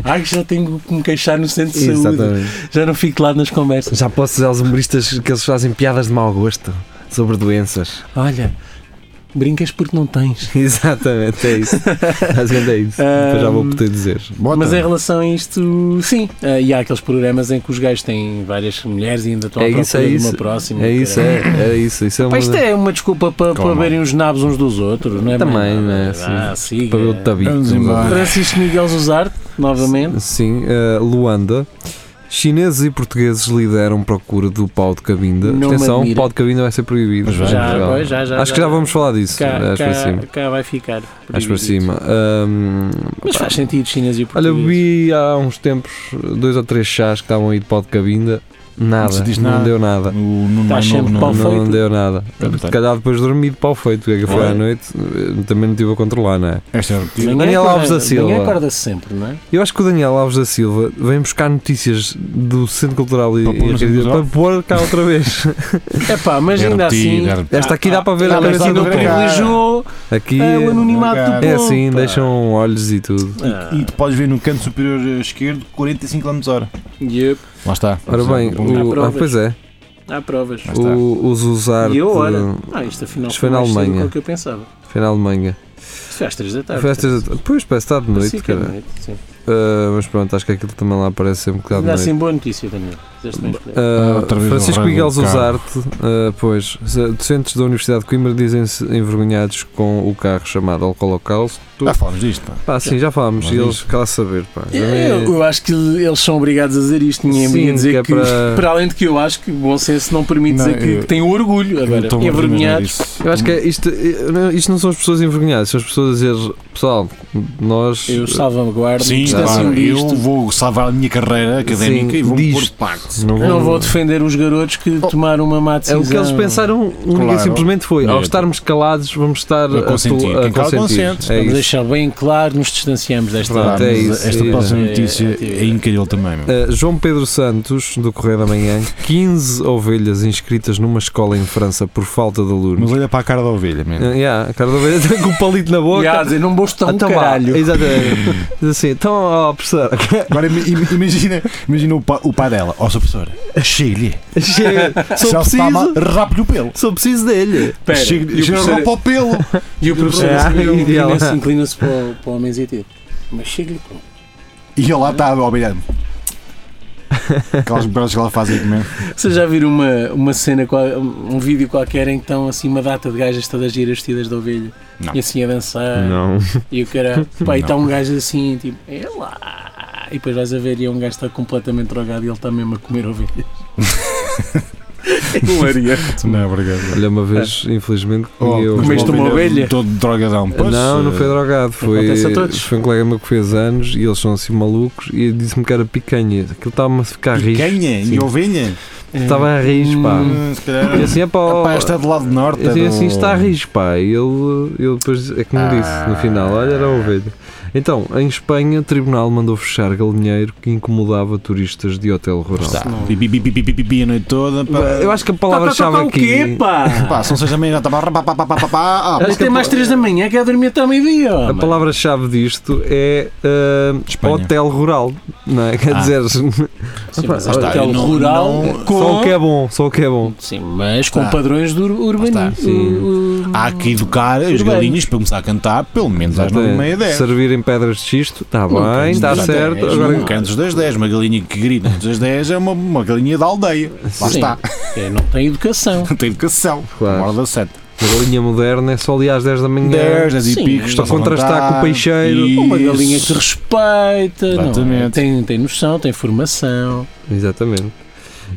Speaker 2: ai, que já tenho que me queixar no centro de saúde.
Speaker 3: Exatamente.
Speaker 2: Já não fico lá nas conversas.
Speaker 3: Já posso dizer aos humoristas que eles fazem piadas de mau gosto sobre doenças.
Speaker 2: Olha, brincas porque não tens.
Speaker 3: Exatamente, é isso. Basicamente é isso.
Speaker 2: Ah,
Speaker 3: Depois já vou poder dizer.
Speaker 4: Bota.
Speaker 2: Mas em relação a isto, sim. Ah, e há aqueles programas em que os gajos têm várias mulheres e ainda estão
Speaker 3: É
Speaker 2: à
Speaker 3: isso,
Speaker 2: procura
Speaker 3: é
Speaker 2: de
Speaker 3: isso.
Speaker 2: uma próxima.
Speaker 3: É isso,
Speaker 2: caralho.
Speaker 3: é, é isso. isso é
Speaker 2: Pá,
Speaker 3: uma...
Speaker 2: isto é uma desculpa para, para
Speaker 4: Como?
Speaker 2: verem os nabos uns dos outros, não é?
Speaker 3: Também,
Speaker 2: Mas,
Speaker 3: né,
Speaker 2: Ah, siga.
Speaker 3: Para ver o tabique.
Speaker 4: Vamos embora.
Speaker 2: Francisco Miguel Zuzarte, novamente.
Speaker 3: Sim, eh, Luanda. Chineses e portugueses lideram procura do pau de cabinda.
Speaker 2: Não me
Speaker 3: Atenção, o
Speaker 2: admira.
Speaker 3: pau de cabinda vai ser proibido.
Speaker 4: Pois vai.
Speaker 3: em
Speaker 2: Já,
Speaker 3: Portugal.
Speaker 2: pois, já, já,
Speaker 3: Acho que já vamos falar disso.
Speaker 2: Cá,
Speaker 3: acho para cima.
Speaker 2: cá, cá vai ficar.
Speaker 3: Acho para
Speaker 2: proibido.
Speaker 3: cima. Ahm,
Speaker 2: Mas faz sentido, chineses e
Speaker 3: olha,
Speaker 2: portugueses.
Speaker 3: vi há uns tempos dois ou três chás que estavam aí de pau de cabinda. Nada.
Speaker 4: Não se diz
Speaker 3: não
Speaker 4: nada.
Speaker 3: deu nada.
Speaker 4: O Nuno
Speaker 2: Tá
Speaker 4: é
Speaker 2: sempre
Speaker 4: novo, não-
Speaker 2: pau
Speaker 3: não
Speaker 2: feito.
Speaker 3: deu nada.
Speaker 4: Tá bem.
Speaker 3: Se calhar depois dormi de pau feito, porque é foi
Speaker 4: Olha.
Speaker 3: à noite, eh, também não estive a controlar, não é?
Speaker 4: Esta é a repetida.
Speaker 2: Ninguém
Speaker 3: Daniel
Speaker 2: acorda-
Speaker 3: Alves da Silva.
Speaker 2: Ninguém acorda-se sempre, não é?
Speaker 3: Eu acho que o Daniel Alves da Silva vem buscar notícias do Centro Cultural e
Speaker 4: Para pôr no
Speaker 3: e-
Speaker 4: Centro Cultural?
Speaker 3: para pôr cá outra vez.
Speaker 2: É pá, mas
Speaker 4: É
Speaker 2: ainda
Speaker 4: repetido,
Speaker 2: assim.
Speaker 4: é repetido.
Speaker 3: Esta aqui dá para ver
Speaker 2: Ah,
Speaker 3: a
Speaker 2: mas
Speaker 3: cabeça
Speaker 2: ainda
Speaker 3: do povo.
Speaker 2: privilegiou
Speaker 3: Aqui
Speaker 2: ah, o
Speaker 3: é
Speaker 2: anonimato do povo.
Speaker 3: é assim,
Speaker 2: pá.
Speaker 3: deixam olhos e tudo.
Speaker 2: Ah,
Speaker 4: E tu podes ver no canto superior eh, esquerdo 45 km h
Speaker 2: yep,
Speaker 4: Lá está.
Speaker 3: Ora bem,
Speaker 4: Bom,
Speaker 2: Há
Speaker 3: o, ah,
Speaker 2: provas.
Speaker 3: pois é,
Speaker 2: há provas.
Speaker 4: Lá está.
Speaker 3: o, os usar
Speaker 2: E eu, olha,
Speaker 3: de-
Speaker 2: ah, isto afinal
Speaker 3: Isto
Speaker 2: foi
Speaker 3: foi na
Speaker 2: mais cedo
Speaker 3: Alemanha.
Speaker 2: do que eu pensava.
Speaker 3: foi na Alemanha.
Speaker 2: Isto foi às 3 da tarde.
Speaker 3: Foi às três da- Pois parece que está de
Speaker 2: Sim,
Speaker 3: noite,
Speaker 2: Tá, que é
Speaker 3: cara.
Speaker 2: noite, sim.
Speaker 3: Ah, mas pronto, acho que aquilo também lá parece sempre que está de
Speaker 2: Ainda
Speaker 3: noite.
Speaker 2: assim, boa notícia, Daniel. Fizeste bem escolher.
Speaker 3: Ah,
Speaker 4: Ah, outra vez
Speaker 3: Francisco
Speaker 2: um
Speaker 4: o Raimundo
Speaker 3: Miguel
Speaker 4: Carro.
Speaker 3: Zuzarte, ah, pois, docentes da Universidade de Coimbra dizem-se envergonhados com o carro chamado Alcool Holocausto.
Speaker 2: Ah,
Speaker 4: Já falamos disto, pá.
Speaker 3: Pá, sim, já falámos.
Speaker 4: Mas
Speaker 3: E eles,
Speaker 4: isso-
Speaker 3: cala saber, pá. Já nem-
Speaker 2: Eu, eu acho que eles são obrigados a dizer isto, ninguém me
Speaker 3: Sim,
Speaker 2: ia dizer que,
Speaker 3: que é para-
Speaker 2: para... além de que eu acho que o bom senso não permite
Speaker 4: Não,
Speaker 2: dizer que,
Speaker 4: eu-
Speaker 2: que tem orgulho. Agora,
Speaker 4: estou-me a rir, mas não é
Speaker 2: envergonhados.
Speaker 4: disso.
Speaker 3: Eu acho que é isto, eu não- isto não são as pessoas envergonhadas, são as pessoas a dizer, pessoal, nós.
Speaker 2: Eu salvaguardo,
Speaker 4: Sim,
Speaker 2: distancio
Speaker 4: claro, eu
Speaker 2: assim, disto.
Speaker 4: vou salvar a minha carreira académica
Speaker 3: Sim,
Speaker 4: e vou-me pôr de
Speaker 3: disto.
Speaker 4: parte.
Speaker 3: não
Speaker 2: Não vou defender os garotos que tomaram uma má
Speaker 3: É
Speaker 2: decisão.
Speaker 3: o que eles pensaram, única e
Speaker 4: Claro.
Speaker 3: simplesmente foi: ao
Speaker 4: É.
Speaker 3: estarmos calados, vamos estar
Speaker 4: A consentir.
Speaker 3: tol-
Speaker 4: Quem cala, consente.
Speaker 3: É
Speaker 2: Vamos
Speaker 3: isso.
Speaker 2: deixar bem claro, nos distanciamos desta.
Speaker 3: Pronto, é isso.
Speaker 4: Esta
Speaker 3: é
Speaker 4: próxima
Speaker 2: isso.
Speaker 4: notícia
Speaker 2: É, é,
Speaker 4: é incrível também, meu.
Speaker 3: Uh, João Pedro Santos, do Correio da Manhã, 15 ovelhas inscritas numa escola em França por falta de alunos.
Speaker 4: Mas olha para a cara da ovelha,
Speaker 3: Uh,
Speaker 4: mesmo.
Speaker 3: yeah, a cara da ovelha tem com o palito na boca.
Speaker 2: E há a dizer, não vou estar um
Speaker 3: então vá.
Speaker 2: caralho.
Speaker 3: Exatamente. Diz assim, então, ó, professor,
Speaker 4: Agora im- im- imagina, imagina o, pa, o pai dela, ó, sua professora, chega-lhe.
Speaker 3: chega,
Speaker 4: Se
Speaker 3: sou
Speaker 4: ela se está mal,
Speaker 3: preciso,
Speaker 4: rape-lhe o pelo.
Speaker 3: sou preciso dele.
Speaker 2: Espera, e o
Speaker 4: Chega-lhe,
Speaker 2: professor-
Speaker 4: rapa o pelo.
Speaker 2: E o professor
Speaker 3: É,
Speaker 2: assim,
Speaker 3: e ela-
Speaker 2: inclina-se inclina-se para, o- para o homem e diz, mas chega-lhe com
Speaker 4: E ele lá está a ovelha. Aquelas belas que ela faz aí também.
Speaker 2: Vocês já viram um uma, uma cena, qual- um vídeo qualquer em que estão assim uma data de gajas todas giras vestidas de ovelha
Speaker 4: Não.
Speaker 2: e assim a dançar.
Speaker 3: Não.
Speaker 2: E o cara, pá, e está
Speaker 4: Não.
Speaker 2: um gajo assim, tipo, é lá. E depois vais a ver e é um gajo que está completamente drogado e ele está mesmo a comer ovelhas. Um Hilariante.
Speaker 4: Não, obrigado.
Speaker 3: Olha, uma vez,
Speaker 2: É.
Speaker 3: infelizmente,
Speaker 4: Oh,
Speaker 3: comi eu-
Speaker 2: comeste uma ovelha?
Speaker 4: Todo drogadão. Pois,
Speaker 3: Não, não
Speaker 4: eh,
Speaker 3: foi drogado. Foi,
Speaker 2: Acontece a todos.
Speaker 3: foi um colega meu que fez anos e eles são assim malucos e disse-me que era picanha. Aquilo estava-me a ficar rijo.
Speaker 4: Picanha
Speaker 3: Sim.
Speaker 4: e ovelha.
Speaker 3: Estava a rijo, pá.
Speaker 4: Hum, se calhar.
Speaker 3: E assim, é pá,
Speaker 4: Pá, esta é do lado norte.
Speaker 3: Eu
Speaker 4: é
Speaker 3: disse
Speaker 4: do-
Speaker 3: assim, está a risco, pá. E ele, ele depois é que me disse no final: olha, era a ovelha. Então, em Espanha, o tribunal mandou fechar galinheiro que incomodava turistas de hotel rural.
Speaker 4: Está. Pi, pi, pi, pi, pi, pi, pi, a noite toda. Pá.
Speaker 3: Eu acho que
Speaker 2: Tá,
Speaker 3: a palavra-chave
Speaker 2: o quê,
Speaker 3: aqui.
Speaker 2: pá?
Speaker 4: Pá, são seis da manhã, já estava. tá, Pá, pá, pá, pá, pá, pá. Ah,
Speaker 2: Acho que tem mais 3 da manhã que é a dormir até ao meio-dia. ó,
Speaker 3: A
Speaker 2: mano.
Speaker 3: palavra-chave disto é ah,
Speaker 4: Espanha.
Speaker 3: hotel rural, não é? Quer
Speaker 4: Ah.
Speaker 3: dizer,
Speaker 2: Sim, mas
Speaker 3: Lá está,
Speaker 2: hotel
Speaker 4: tá, eu não-
Speaker 2: rural
Speaker 4: não-
Speaker 2: com...
Speaker 3: só o que é bom, só o que é bom.
Speaker 2: Sim, mas com
Speaker 4: Está.
Speaker 2: padrões de ur-
Speaker 4: Tá. Lá está. Ah,
Speaker 3: Sim.
Speaker 2: urbanismo.
Speaker 4: Há que educar os
Speaker 2: Urbanos.
Speaker 4: galinhos para começar a cantar pelo menos às nove e meia, dez.
Speaker 3: Servir em pedras de xisto, está
Speaker 2: Não
Speaker 3: bem,
Speaker 2: tens
Speaker 3: está
Speaker 2: nada.
Speaker 3: certo.
Speaker 2: Tens
Speaker 3: Agora,
Speaker 4: Nunca antes das 10, uma galinha que grita antes das 10 é uma, uma galinha da aldeia. Lá
Speaker 2: Sim.
Speaker 4: está,
Speaker 2: É, não tem educação.
Speaker 4: não tem educação.
Speaker 3: Claro.
Speaker 4: Uma hora da 7.
Speaker 3: a galinha moderna é só ali às 10 da manhã.
Speaker 4: 10, 10
Speaker 2: Sim.
Speaker 4: e pico,
Speaker 2: Para
Speaker 4: estão-se a
Speaker 3: contrastar
Speaker 4: levantar.
Speaker 3: com o peixeiro.
Speaker 4: Isso.
Speaker 2: Uma galinha que respeita, não, é?
Speaker 4: Exatamente.
Speaker 2: tem, tem noção, tem formação,
Speaker 3: Exatamente.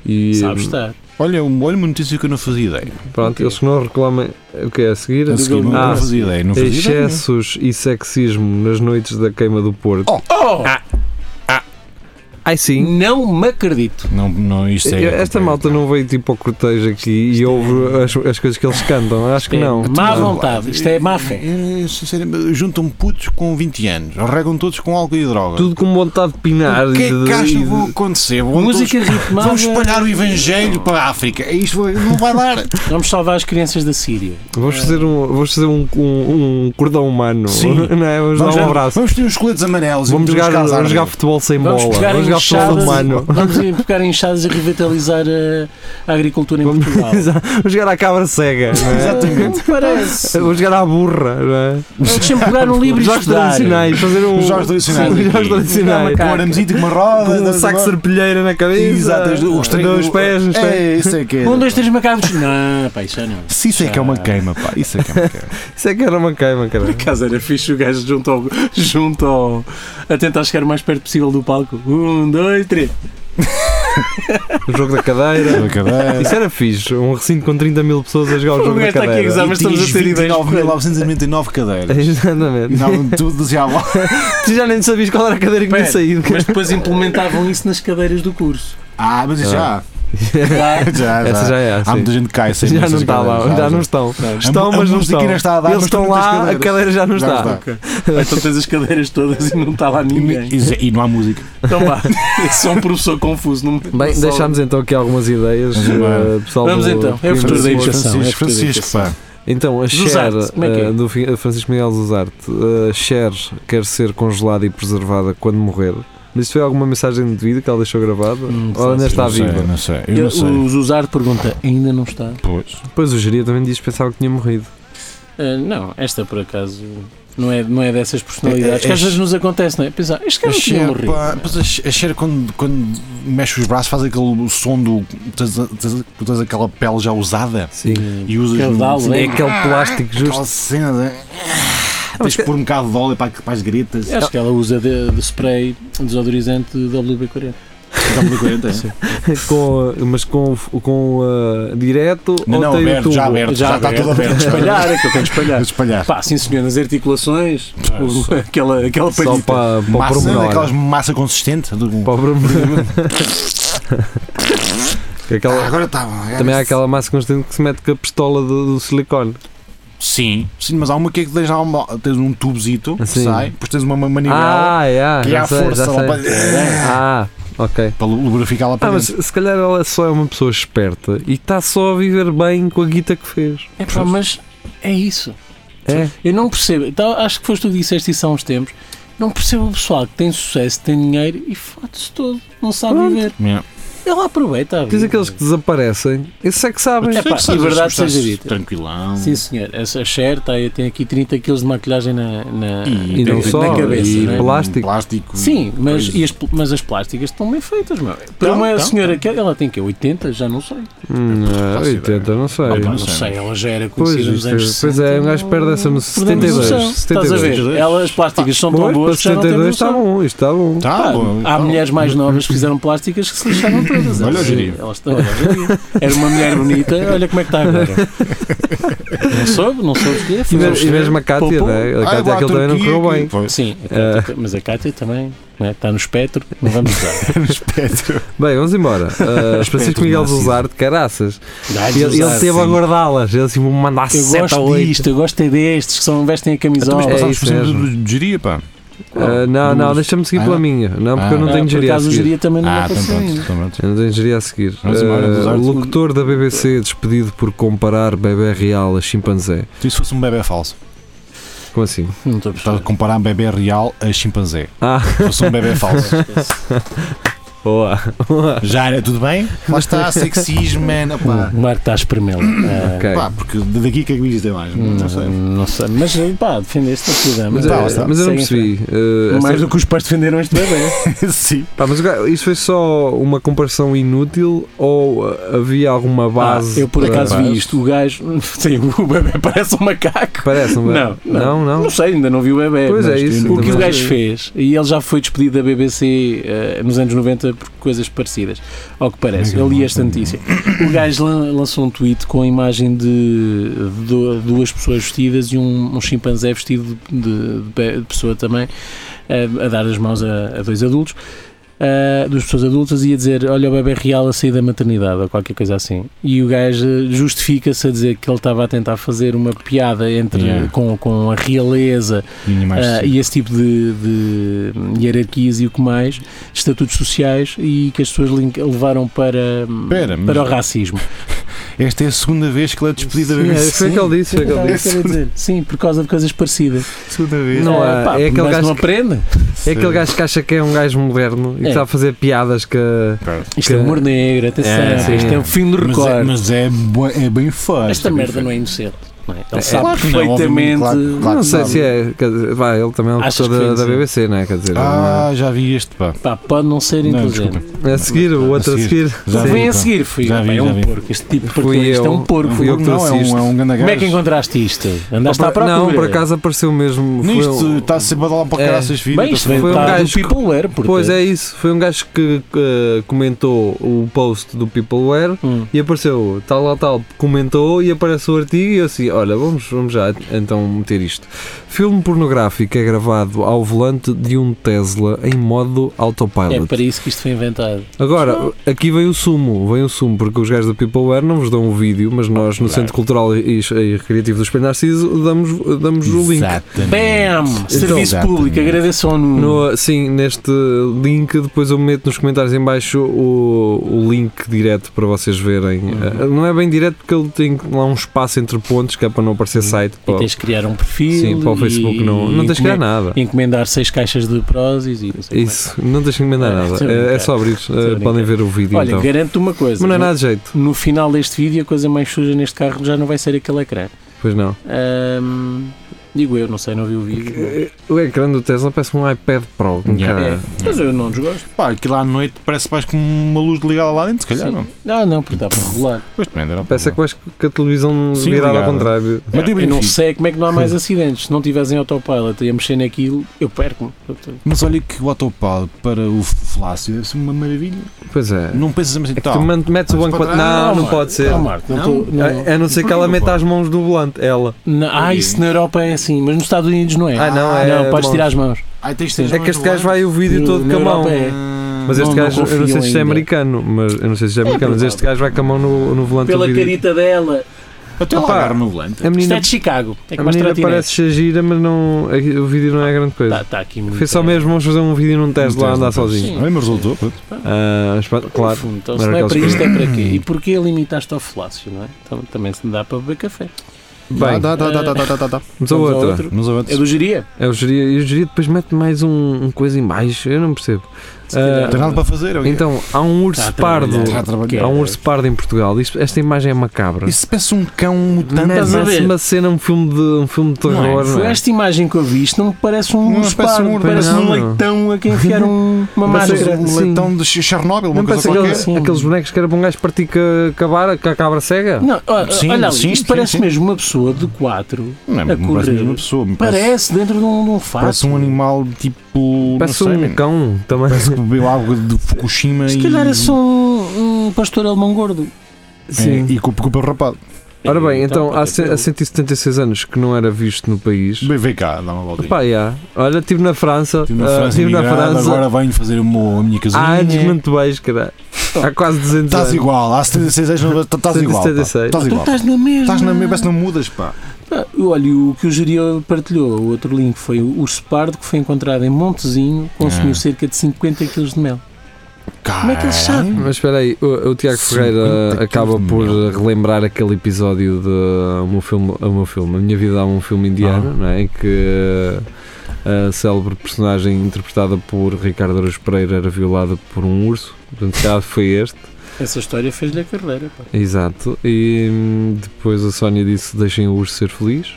Speaker 3: E,
Speaker 2: sabe estar.
Speaker 4: Olha, um- olha uma notícia que eu não fazia ideia.
Speaker 3: Pronto,
Speaker 2: Ok.
Speaker 3: eles que não reclamam o que é a seguir.
Speaker 4: A seguir,
Speaker 2: galinha.
Speaker 4: não
Speaker 3: Ah,
Speaker 4: fazia ideia. Não fazia ideia. nenhuma.
Speaker 3: Excessos e sexismo nas noites da queima do Porto. Ah,
Speaker 2: Oh!
Speaker 3: Ai sim.
Speaker 2: Não me acredito.
Speaker 4: Não, não, isto é.
Speaker 3: Esta malta não veio tipo ao cortejo aqui e ouve as, as coisas que eles cantam. Acho que
Speaker 2: É
Speaker 3: não.
Speaker 2: má
Speaker 3: Não.
Speaker 2: vontade, isto é má fé.
Speaker 4: É, sinceramente, Juntam putos com 20 anos, regam todos com álcool e droga.
Speaker 3: Tudo com vontade de pinar.
Speaker 4: o que é
Speaker 3: e
Speaker 4: que
Speaker 3: de-
Speaker 4: acham
Speaker 3: e
Speaker 4: que
Speaker 3: de-
Speaker 4: vai acontecer? Vão
Speaker 2: Música
Speaker 4: todos-
Speaker 2: ritmada.
Speaker 4: Então, Vamos espalhar o Evangelho para a África. É Isto vai- não vai dar.
Speaker 2: Vamos salvar as crianças da Síria.
Speaker 3: Vamos fazer um, vamos fazer um, um- um cordão humano.
Speaker 4: Sim.
Speaker 3: Não é? Vamos, dar um abraço.
Speaker 4: Vamos ter uns coletes amarelos. e
Speaker 3: Vamos
Speaker 4: meter uns
Speaker 3: jogar,
Speaker 4: carros à
Speaker 3: vamos jogar
Speaker 4: areia.
Speaker 3: futebol sem
Speaker 2: Vamos
Speaker 3: bola.
Speaker 2: pegar
Speaker 3: Vamos
Speaker 2: em
Speaker 3: jogar futebol
Speaker 2: enxadas
Speaker 3: humano.
Speaker 2: Vamos ir pegar enxadas e revitalizar a, a agricultura em
Speaker 3: Vamos-
Speaker 2: Portugal.
Speaker 3: Exato. Vamos jogar à cabra cega. não é?
Speaker 4: Exatamente.
Speaker 2: Ah, Parece.
Speaker 3: Vamos jogar à burra. Não é?
Speaker 2: Deixa-me pegar um livro e
Speaker 3: jogos
Speaker 2: estudar.
Speaker 3: tradicionais, fazer um.
Speaker 4: Os jogos tradicionais.
Speaker 3: Sim, os jogos
Speaker 4: aqui.
Speaker 3: tradicionais.
Speaker 2: Uma
Speaker 4: Com aramesito, com uma roda.
Speaker 3: Com um saco de serpilheira na cabeça.
Speaker 4: Exato, os- os
Speaker 3: Estendeu os pés nos pés.
Speaker 4: É, isso é que é.
Speaker 2: Um, dois, três macacos. Não, pá, isso já não.
Speaker 4: Se isso é que é uma queima, pá. Isso é que é uma queima.
Speaker 3: Isso é que era uma queima, cara.
Speaker 2: Caso era fixe o gajo junto ao, junto ao. a tentar chegar o mais perto possível do palco. Um, dois, três.
Speaker 3: O Um jogo da cadeira. Isso é era fixe. Um recinto com 30 mil pessoas a jogar o
Speaker 2: O
Speaker 3: jogo
Speaker 2: gajo está
Speaker 3: da
Speaker 2: aqui a
Speaker 3: cadeira.
Speaker 2: gozar, mas estamos a ter ideias.
Speaker 4: 9.999 cadeiras.
Speaker 3: Exatamente.
Speaker 4: Não, tudo já lá.
Speaker 3: Tu já nem sabias qual era a cadeira que tinha
Speaker 2: Espera.
Speaker 3: saído. cara.
Speaker 2: Mas depois implementavam isso nas cadeiras do curso.
Speaker 4: Ah, mas isso já.
Speaker 2: Tá?
Speaker 4: Já, já.
Speaker 3: Essa já é,
Speaker 4: Há muita
Speaker 3: sim.
Speaker 4: gente que cai sem
Speaker 3: Já
Speaker 4: essas
Speaker 3: não está
Speaker 4: cadeiras,
Speaker 3: lá, já não estão. Estão,
Speaker 4: A mu-
Speaker 3: mas
Speaker 4: a
Speaker 3: não estão.
Speaker 4: musiquinha está a dar,
Speaker 3: Eles
Speaker 4: mas
Speaker 3: estão
Speaker 4: tem muitas
Speaker 3: lá, a
Speaker 4: cadeiras.
Speaker 3: cadeira já não
Speaker 4: Já não
Speaker 3: está.
Speaker 4: está.
Speaker 2: Ok. Então tens as cadeiras todas e não está lá ninguém.
Speaker 4: E, e não há música.
Speaker 2: Então vá, é só um professor confuso. Não...
Speaker 3: Bem,
Speaker 2: só-
Speaker 3: deixámos então aqui algumas ideias.
Speaker 4: Vamos embora.
Speaker 3: eh, pessoal
Speaker 2: Vamos
Speaker 3: do-
Speaker 2: então. É o futuro da
Speaker 3: Crimes
Speaker 2: educação. é
Speaker 4: Francisco,
Speaker 2: futuro da
Speaker 4: Francisco, pá.
Speaker 3: Então, a Cher,
Speaker 2: Zarte, como é que é?
Speaker 3: eh, do Fi- Francisco Miguel Zuzarte, a Cher quer ser congelada e preservada quando morrer. Mas isso foi alguma mensagem de vida que ela deixou gravada?
Speaker 2: Hum,
Speaker 3: Ou ainda
Speaker 2: sei,
Speaker 3: está
Speaker 4: não sei,
Speaker 3: viva?
Speaker 4: Não sei, eu
Speaker 2: Eu,
Speaker 4: não sei.
Speaker 2: o Zuzardo pergunta: ainda não está?
Speaker 4: Pois.
Speaker 3: Pois o Geria também diz que pensava que tinha morrido.
Speaker 2: Ah, não, esta por acaso não é, não é dessas personalidades
Speaker 4: É- é-
Speaker 2: que às vezes nos acontece, não é? Pensar, este
Speaker 4: A
Speaker 2: cara não tinha
Speaker 4: Cher,
Speaker 2: morrido.
Speaker 4: pá, pois a Cher- a Cher quando, quando mexe os braços faz aquele som do. Tens, tens- tens aquela pele já usada
Speaker 3: Sim.
Speaker 4: e usas.
Speaker 2: Caudal,
Speaker 4: no, assim,
Speaker 2: é?
Speaker 3: É aquele plástico
Speaker 4: Aquela
Speaker 3: justo.
Speaker 4: cena. de- Tens
Speaker 3: mas
Speaker 4: de pôr um bocado de óleo para, que- para as gritas.
Speaker 2: Acho que ela usa de, de spray desodorizante WB40.
Speaker 4: Já mudou 40, é?
Speaker 3: Com, eh, mas com, com eh, direto
Speaker 4: Não,
Speaker 3: ou
Speaker 4: não,
Speaker 3: tem o
Speaker 4: aberto,
Speaker 3: tubo?
Speaker 4: já aberto. Já está tudo aberto.
Speaker 2: Espalhar, é que eu tenho de espalhar.
Speaker 4: espalhar.
Speaker 2: Pá, sim senhor, nas articulações, o- aquela, aquela
Speaker 3: Ah, Só
Speaker 2: palhita.
Speaker 3: para, para o
Speaker 4: tipo Massa,
Speaker 3: pormenor. né?
Speaker 4: daquelas massa consistente. do- um
Speaker 3: Para o pormenor. é
Speaker 4: Ah,
Speaker 3: Aquela-
Speaker 4: agora está.
Speaker 3: também há aquela massa constante que se mete com a pistola do, do silicone.
Speaker 4: Sim, sim, mas há uma que é que tens, lá uma, tens um tubozito que
Speaker 3: Sim.
Speaker 4: sai, depois tens uma ma- manivela
Speaker 3: Ah, é,
Speaker 4: que
Speaker 3: já
Speaker 4: é à
Speaker 3: sei,
Speaker 4: força
Speaker 3: já
Speaker 4: lá
Speaker 3: sei.
Speaker 4: para,
Speaker 3: Ah, ok.
Speaker 4: para lubrificar lá para
Speaker 3: Ah, mas
Speaker 4: dentro.
Speaker 3: se calhar ela só é uma pessoa esperta e está só a viver bem com a guita que fez.
Speaker 2: É pá, mas é isso.
Speaker 3: É?
Speaker 2: Eu não percebo. Então, acho que foste tu que disseste isso há uns tempos. Não percebo o pessoal que tem sucesso, tem dinheiro e fode-se todo, não sabe
Speaker 3: Pronto.
Speaker 2: viver.
Speaker 4: Yeah.
Speaker 2: Ele aproveita a vida.
Speaker 3: Diz aqueles que desaparecem. Esses é que sabem.
Speaker 2: É pá, e verdade seja dita.
Speaker 4: Tranquilão.
Speaker 2: Sim, senhor. Essa Cher tá, tem aqui 30 kg de maquilhagem na, na,
Speaker 3: Ah, E não
Speaker 2: na
Speaker 3: só,
Speaker 2: cabeça.
Speaker 3: e
Speaker 2: não é?
Speaker 3: pla- plástico.
Speaker 4: Hum,
Speaker 2: Sim, mas,
Speaker 4: coisa.
Speaker 2: e as, pl- mas as plásticas estão bem feitas, meu. Para
Speaker 4: Tão,
Speaker 2: uma
Speaker 4: tão,
Speaker 2: senhora que ela tem que 80, já não sei.
Speaker 3: Hum,
Speaker 2: é
Speaker 4: faço
Speaker 3: ah,
Speaker 4: ideia.
Speaker 3: 80, não sei.
Speaker 4: Ah,
Speaker 2: Opa,
Speaker 4: não
Speaker 2: não
Speaker 4: sei.
Speaker 2: sei, ela já era
Speaker 3: Pois,
Speaker 2: conhecida nos
Speaker 3: isto é-
Speaker 2: anos
Speaker 3: pois é,
Speaker 2: 60,
Speaker 3: um gajo perde essa no
Speaker 2: perdemos
Speaker 3: 72,
Speaker 2: noção. Estás a
Speaker 3: 72.
Speaker 2: ver? Ela, as plásticas são tão
Speaker 3: Pois,
Speaker 2: boas
Speaker 3: pois
Speaker 2: que já não temos
Speaker 3: 72
Speaker 2: noção.
Speaker 3: está tá
Speaker 2: Ah,
Speaker 3: bom, isto está bom.
Speaker 4: Tá
Speaker 2: Pá,
Speaker 4: bom.
Speaker 2: há
Speaker 4: tá bom.
Speaker 2: mulheres mais novas que fizeram plásticas que se lixaram todas.
Speaker 4: Olha,
Speaker 2: Elas-
Speaker 4: Jiria.
Speaker 2: elas estão- olha, Jiria. Era uma mulher bonita, olha como é que está agora. Não soube, não soube o que é.
Speaker 3: E
Speaker 2: foi um
Speaker 3: me- E
Speaker 2: estudo.
Speaker 3: mesmo a Cátia,
Speaker 2: Poupou. Ah,
Speaker 3: né?
Speaker 4: Ai,
Speaker 3: A Cátia
Speaker 4: Ah, vá,
Speaker 3: aquele também não
Speaker 4: Turquia,
Speaker 3: correu bem.
Speaker 4: que- Foi.
Speaker 2: Sim, a
Speaker 3: Eh.
Speaker 2: Cátia- mas a Cátia também não é? está no espectro, não vamos usar.
Speaker 3: Bem, vamos embora. Ah, Francisco Miguel
Speaker 4: Narciso.
Speaker 3: Zuzar, de caraças.
Speaker 2: Dá-lhes
Speaker 3: Ele, ele
Speaker 2: usar,
Speaker 3: teve
Speaker 2: sim.
Speaker 3: a guardá-las. Ele assim me manda a
Speaker 2: Eu
Speaker 3: 7 a
Speaker 2: gosto
Speaker 3: 8.
Speaker 2: disto, eu gosto é destes que são, vestem a
Speaker 4: Então,
Speaker 2: camisola.
Speaker 4: mas
Speaker 3: É
Speaker 4: passámos
Speaker 3: isso
Speaker 4: por cima
Speaker 3: mesmo.
Speaker 4: do- do geria, pá.
Speaker 3: Ah, não, não, deixa-me seguir
Speaker 4: Ah,
Speaker 3: pela
Speaker 4: não?
Speaker 3: minha. Não, porque eu não
Speaker 2: Ah,
Speaker 3: tenho
Speaker 2: por
Speaker 3: geria a
Speaker 2: acaso o
Speaker 3: seguir.
Speaker 2: geria também não
Speaker 4: Ah, então
Speaker 2: aconteceu
Speaker 4: pronto,
Speaker 2: ainda.
Speaker 4: então pronto.
Speaker 3: Eu não tenho geria a seguir.
Speaker 4: Vamos embora,
Speaker 3: Ah,
Speaker 4: Zuzar.
Speaker 3: locutor da BBC despedido por comparar bebê real a chimpanzé.
Speaker 4: Então, e se fosse um bebê falso?
Speaker 3: Como assim?
Speaker 2: Não estou a
Speaker 4: Estás a
Speaker 2: perceber.
Speaker 4: comparar um bebê real a chimpanzé.
Speaker 3: Ah,
Speaker 4: Se fosse um bebê falso.
Speaker 3: boa.
Speaker 4: Já era tudo bem? Lá está, sexismo, man. opá.
Speaker 2: O Marco está a espremê-lo. Ah,
Speaker 3: Ok.
Speaker 4: Pá, porque daqui que é que me diz mais. Não, sei.
Speaker 3: Hum.
Speaker 2: Não sei, mas eh, pá, defendeste a cidade.
Speaker 3: Mas,
Speaker 2: pá,
Speaker 3: eh,
Speaker 4: lá está.
Speaker 3: mas eu não
Speaker 2: Segue em frente.
Speaker 3: percebi. eh, esta-
Speaker 2: tá. Mais do que os pais defenderam este bebê.
Speaker 4: Sim.
Speaker 3: Pá, mas o ga- isto foi só uma comparação inútil ou ah, havia alguma base?
Speaker 2: Ah, eu por
Speaker 3: para-
Speaker 2: acaso vi isto. O gajo. Sim, o bebê parece um macaco.
Speaker 3: Parece, não é?
Speaker 2: Não, não.
Speaker 3: não.
Speaker 2: Não sei, ainda não vi o bebê.
Speaker 3: Pois é,
Speaker 2: mas
Speaker 3: isso.
Speaker 2: O que o
Speaker 3: também.
Speaker 2: gajo fez, e ele já foi despedido da BBC eh, nos anos 90 por coisas parecidas, ao que parece. Eu li esta notícia. O gajo lan- lançou um tweet com a imagem de, du- duas pessoas vestidas e um, um chimpanzé vestido de, de pe- de pessoa também, eh, a dar as mãos a, a dois adultos. eh, duas pessoas adultas e a dizer olha o bebê real a sair da maternidade ou qualquer coisa assim e o gajo eh, justifica-se a dizer que ele estava a tentar fazer uma piada entre
Speaker 4: Yeah.
Speaker 2: com, com a realeza
Speaker 4: E animais.
Speaker 2: ah,
Speaker 4: sim.
Speaker 2: e esse tipo de, de hierarquias e o que mais, estatutos sociais e que as pessoas lin- levaram para,
Speaker 4: Espera, mas-
Speaker 2: para o racismo.
Speaker 4: Esta é a segunda vez que ele é despedido da
Speaker 3: Sim, é,
Speaker 4: BBC.
Speaker 3: foi o que ele disse. Foi o que ele
Speaker 2: Era
Speaker 3: disse.
Speaker 2: isso que eu ia dizer. Sim, por causa de coisas parecidas.
Speaker 4: Segunda vez.
Speaker 3: Não
Speaker 2: Ah,
Speaker 3: há-
Speaker 2: pá,
Speaker 3: é aquele
Speaker 2: mas
Speaker 3: gajo
Speaker 2: não
Speaker 3: que-
Speaker 2: aprende.
Speaker 3: É aquele gajo que acha que é um gajo moderno e que
Speaker 2: É.
Speaker 3: está a fazer piadas que.
Speaker 2: Isto é
Speaker 3: que-
Speaker 2: humor negro, atenção,
Speaker 4: É,
Speaker 3: sim.
Speaker 2: isto é o fim do
Speaker 4: Mas, é,
Speaker 2: recorde.
Speaker 4: mas é, bo- é bem fácil.
Speaker 2: Esta merda não é inocente. Não é? Ele
Speaker 3: É,
Speaker 2: sabe
Speaker 4: claro que não,
Speaker 2: perfeitamente.
Speaker 4: obviamente, claro- claro
Speaker 3: não
Speaker 4: que
Speaker 3: sei
Speaker 4: sabe.
Speaker 3: se é. quer dizer, Vai, ele também é um
Speaker 2: Achas
Speaker 3: professor
Speaker 2: que foi
Speaker 3: da, da
Speaker 2: isso?
Speaker 3: BBC, não é? Quer dizer,
Speaker 4: Ah, já vi este, pá.
Speaker 2: Pá, pode não ser
Speaker 4: Não,
Speaker 2: inteligente.
Speaker 4: desculpa.
Speaker 3: não é? a seguir, o outro a seguir.
Speaker 4: Já
Speaker 3: Sim.
Speaker 4: vi,
Speaker 2: Vem a
Speaker 4: pá.
Speaker 2: seguir, filho.
Speaker 4: Já vi,
Speaker 2: Pá, é
Speaker 4: já
Speaker 2: um
Speaker 4: vi.
Speaker 2: porco. Este tipo
Speaker 3: Fui
Speaker 2: partiu. Isto é
Speaker 3: eu.
Speaker 2: um porco.
Speaker 3: Fui eu que
Speaker 4: Não, é
Speaker 3: trouxe
Speaker 4: um, é
Speaker 3: isto.
Speaker 4: um grande
Speaker 2: Como é que
Speaker 4: gajo.
Speaker 2: encontraste isto? Andaste à
Speaker 3: Opa,
Speaker 2: procura?
Speaker 3: Não, por acaso apareceu mesmo. foi
Speaker 4: Nisto
Speaker 3: um-
Speaker 4: está sempre a dar lá para o
Speaker 3: É.
Speaker 4: caraças vídeo.
Speaker 2: Bem, isto vem
Speaker 3: Foi um
Speaker 2: tá
Speaker 3: gajo
Speaker 2: do Peopleware, porque...
Speaker 3: Pois é isso, foi um gajo que eh, comentou o post do Peopleware
Speaker 2: Hum.
Speaker 3: e apareceu tal lá tal, comentou e aparece o artigo e eu assim, olha, vamos, vamos já então meter isto. Filme pornográfico é gravado ao volante de um Tesla em modo
Speaker 2: É
Speaker 3: autopilot.
Speaker 2: para isso que isto foi inventado.
Speaker 3: Agora, aqui vem o sumo, vem o sumo, porque os gajos da Peopleware não vos dão o vídeo, mas nós no Centro Cultural e, e Recreativo do Espelho Narciso damos, damos o link.
Speaker 4: Exatamente.
Speaker 2: Bam!
Speaker 3: Então,
Speaker 2: Serviço
Speaker 4: Exatamente.
Speaker 2: público, agradeço ao Nuno.
Speaker 3: No- sim, neste link, depois eu meto nos comentários em baixo o, o link direto para vocês verem.
Speaker 2: Uhum.
Speaker 3: Eh, Não é bem direto porque ele tem lá um espaço entre pontos que é para não aparecer site
Speaker 2: Uhum. E
Speaker 3: para,
Speaker 2: tens de criar um perfil.
Speaker 3: sim, para o Facebook.
Speaker 2: e-
Speaker 3: Não, não
Speaker 2: e
Speaker 3: tens de criar
Speaker 2: encomendar-
Speaker 3: nada.
Speaker 2: Encomendar seis caixas de prósis e não sei
Speaker 3: Isso, não tens de encomendar
Speaker 2: É,
Speaker 3: nada.
Speaker 2: estou a
Speaker 3: É, é
Speaker 2: brincar.
Speaker 3: só abrir.
Speaker 2: a
Speaker 3: eh, podem
Speaker 2: brincar.
Speaker 3: ver o
Speaker 2: como
Speaker 3: vídeo
Speaker 2: é. Olha,
Speaker 3: então.
Speaker 2: garanto uma coisa.
Speaker 3: Mas não é
Speaker 2: no-
Speaker 3: nada de jeito.
Speaker 2: No final deste vídeo, a coisa mais suja neste carro já não vai ser aquele ecrã.
Speaker 3: Pois não.
Speaker 2: Ahm, digo eu, não sei, não vi o vídeo.
Speaker 3: Eh, O ecrã do Tesla parece um iPad Pro. um
Speaker 4: Yeah.
Speaker 3: cara.
Speaker 2: É, mas eu não desgosto.
Speaker 4: Pá, aquilo à noite parece mais com uma luz ligada lá dentro, se calhar.
Speaker 2: Sim.
Speaker 4: não.
Speaker 2: Ah, não, porque está para regular.
Speaker 4: Pois também era um
Speaker 3: Parece é que
Speaker 4: problema.
Speaker 3: vais com a televisão
Speaker 4: Sim,
Speaker 3: virada ao
Speaker 4: ligada.
Speaker 3: contrário.
Speaker 4: Mas tem
Speaker 2: eu não
Speaker 4: benefício.
Speaker 2: sei como é que não há mais acidentes. Se não tivessem autopilot e a mexer naquilo, eu perco-me.
Speaker 4: Mas olha que o autopilot para o Flácio deve ser uma maravilha.
Speaker 3: Pois é.
Speaker 4: Não pensas assim,
Speaker 3: É que
Speaker 4: tá.
Speaker 2: então.
Speaker 3: tu man- metes o
Speaker 4: Mas
Speaker 3: banco
Speaker 4: para
Speaker 3: para.
Speaker 4: trás-
Speaker 3: Não, não
Speaker 2: Marco,
Speaker 3: pode ser.
Speaker 2: Não, Marco, não,
Speaker 4: Não?
Speaker 2: tô- não-
Speaker 3: A, a não É, ser que ela meta as mãos do volante, ela.
Speaker 2: Não, ah,
Speaker 4: Aí.
Speaker 2: isso na Europa é assim, mas nos Estados Unidos não é.
Speaker 3: Ah, não, é
Speaker 2: Não, podes
Speaker 3: mãos.
Speaker 2: tirar as mãos.
Speaker 4: Ai, tens de ter Ah.
Speaker 3: É que este gajo
Speaker 4: lá.
Speaker 3: vai o vídeo
Speaker 2: No-
Speaker 3: todo
Speaker 2: na
Speaker 3: com a mão.
Speaker 2: Europa é.
Speaker 3: Mas este
Speaker 2: Não, não
Speaker 3: gajo, eu não
Speaker 2: confio
Speaker 3: sei se isto é
Speaker 2: ainda.
Speaker 3: americano, mas eu não sei se isto é americano, mas este gajo vai com a mão no, no volante do vídeo.
Speaker 2: dela.
Speaker 4: Até lá
Speaker 3: Opa.
Speaker 4: agarra no volante.
Speaker 3: A
Speaker 2: Isto é
Speaker 3: menina,
Speaker 2: de Chicago. É que
Speaker 3: a
Speaker 2: mais
Speaker 3: menina
Speaker 2: tratinete.
Speaker 3: parece ser gira, mas não, aqui- o vídeo não é grande coisa.
Speaker 2: Está tá aqui muito.
Speaker 3: Foi só mesmo, vamos fazer um vídeo num teste lá, andar sozinho.
Speaker 2: Sim.
Speaker 4: Olha, mas resultou. pronto.
Speaker 3: Ah, mas pronto,
Speaker 2: Claro.
Speaker 3: claro.
Speaker 2: Então, se
Speaker 3: Era
Speaker 2: não é para
Speaker 3: aqueles
Speaker 2: isto, é para quê? E porquê limitaste ao Flácio, não é? Então, também se dá para beber café.
Speaker 3: Bem,
Speaker 4: Dá, dá, dá, dá, dá, dá, dá, dá.
Speaker 3: vamos a
Speaker 2: Vamos ao
Speaker 3: outra. Um
Speaker 2: outro.
Speaker 4: Mas
Speaker 2: É
Speaker 4: antes.
Speaker 2: do Geria?
Speaker 3: É o geria, e o geria depois mete mais um, um coisa em mais, eu não percebo.
Speaker 4: Não tem nada para fazer. é o quê?
Speaker 3: Então, há um urso
Speaker 2: Está a
Speaker 3: pardo.
Speaker 2: trabalhar. é
Speaker 4: Está a
Speaker 2: tá,
Speaker 4: trabalhar.
Speaker 3: Há um urso pardo em Portugal. Isto- esta imagem é macabra.
Speaker 4: Isso parece um cão mutante. é?
Speaker 2: Estás
Speaker 3: Mas
Speaker 2: a
Speaker 3: parece
Speaker 2: ver?
Speaker 3: uma cena, um filme de, um filme de
Speaker 4: Não é?
Speaker 3: terror. Não
Speaker 2: Foi
Speaker 3: é?
Speaker 2: esta imagem que eu vi, isto não me parece um
Speaker 4: Não,
Speaker 2: urso
Speaker 4: parece um
Speaker 2: pardo,
Speaker 4: urso.
Speaker 2: parece um
Speaker 3: Não.
Speaker 2: leitão a quem enfiar um- uma
Speaker 3: Mas
Speaker 2: máscara.
Speaker 3: é-
Speaker 4: um
Speaker 3: Sim.
Speaker 4: leitão de Ch- Chernobyl, é uma
Speaker 3: Não
Speaker 4: coisa
Speaker 3: parece
Speaker 4: qualquer.
Speaker 3: aqueles,
Speaker 2: qualquer.
Speaker 3: aqueles bonecos que era para um gajo partir que, que, a vara- que a cabra cega?
Speaker 2: Não, ó,
Speaker 4: Sim,
Speaker 2: olha, ali,
Speaker 4: sim,
Speaker 2: isto
Speaker 4: sim,
Speaker 2: parece
Speaker 4: sim.
Speaker 2: mesmo uma pessoa de quatro.
Speaker 4: Não, é
Speaker 2: A
Speaker 4: me parece
Speaker 2: correr.
Speaker 4: mesmo uma pessoa. me
Speaker 2: Parece, dentro de um, de um fato.
Speaker 4: Parece um animal tipo.
Speaker 3: Parece
Speaker 4: não sei,
Speaker 3: um
Speaker 4: man.
Speaker 3: cão também.
Speaker 4: Parece um que bebeu água de Fukushima
Speaker 2: Se
Speaker 4: e.
Speaker 2: calhar é só um, um pastor alemão gordo.
Speaker 4: Sim. é, E com com o pelo rapado.
Speaker 3: Ora bem, então, há,
Speaker 2: pode
Speaker 3: ce-
Speaker 2: ser
Speaker 3: há 176 anos que não era visto no país.
Speaker 4: Bem, vem cá, dá uma voltinha.
Speaker 3: Pá, já. Olha, estive na França.
Speaker 4: Estive na
Speaker 2: eh,
Speaker 3: ah,
Speaker 4: França,
Speaker 3: estive na
Speaker 4: imigrado,
Speaker 3: França
Speaker 4: agora venho fazer o meu- a minha casinha.
Speaker 2: Ah,
Speaker 3: há anos que não te vejo, cara.
Speaker 4: Então,
Speaker 3: Há quase 200
Speaker 4: Estás
Speaker 3: anos.
Speaker 4: igual, há 76 anos não- estás igual. pá.
Speaker 3: 76.
Speaker 4: Estás
Speaker 2: Tu
Speaker 4: igual.
Speaker 2: Então estás na mesma.
Speaker 4: Estás na mesma, é parece que não mudas, pá.
Speaker 2: Ah, Olha, o que o Júlio partilhou, o outro link, foi o urso pardo que foi encontrado em Montezinho, consumiu
Speaker 4: Ah.
Speaker 2: cerca de 50 kg de mel.
Speaker 4: Como
Speaker 2: é que eles sabem?
Speaker 3: Mas espera aí, o, o Tiago
Speaker 4: 50
Speaker 3: Ferreira acaba
Speaker 4: quilos de
Speaker 3: por
Speaker 4: mel.
Speaker 3: relembrar aquele episódio de eh, o meu filme, o meu filme A Minha Vida é um filme indiano, não é? Em que a célebre personagem interpretada por Ricardo Araújo Pereira era violada por um urso. Portanto, se calhar foi este.
Speaker 2: Essa história fez-lhe a carreira. pá.
Speaker 3: Exato. E hum, depois a Sónia disse: Deixem o urso ser feliz.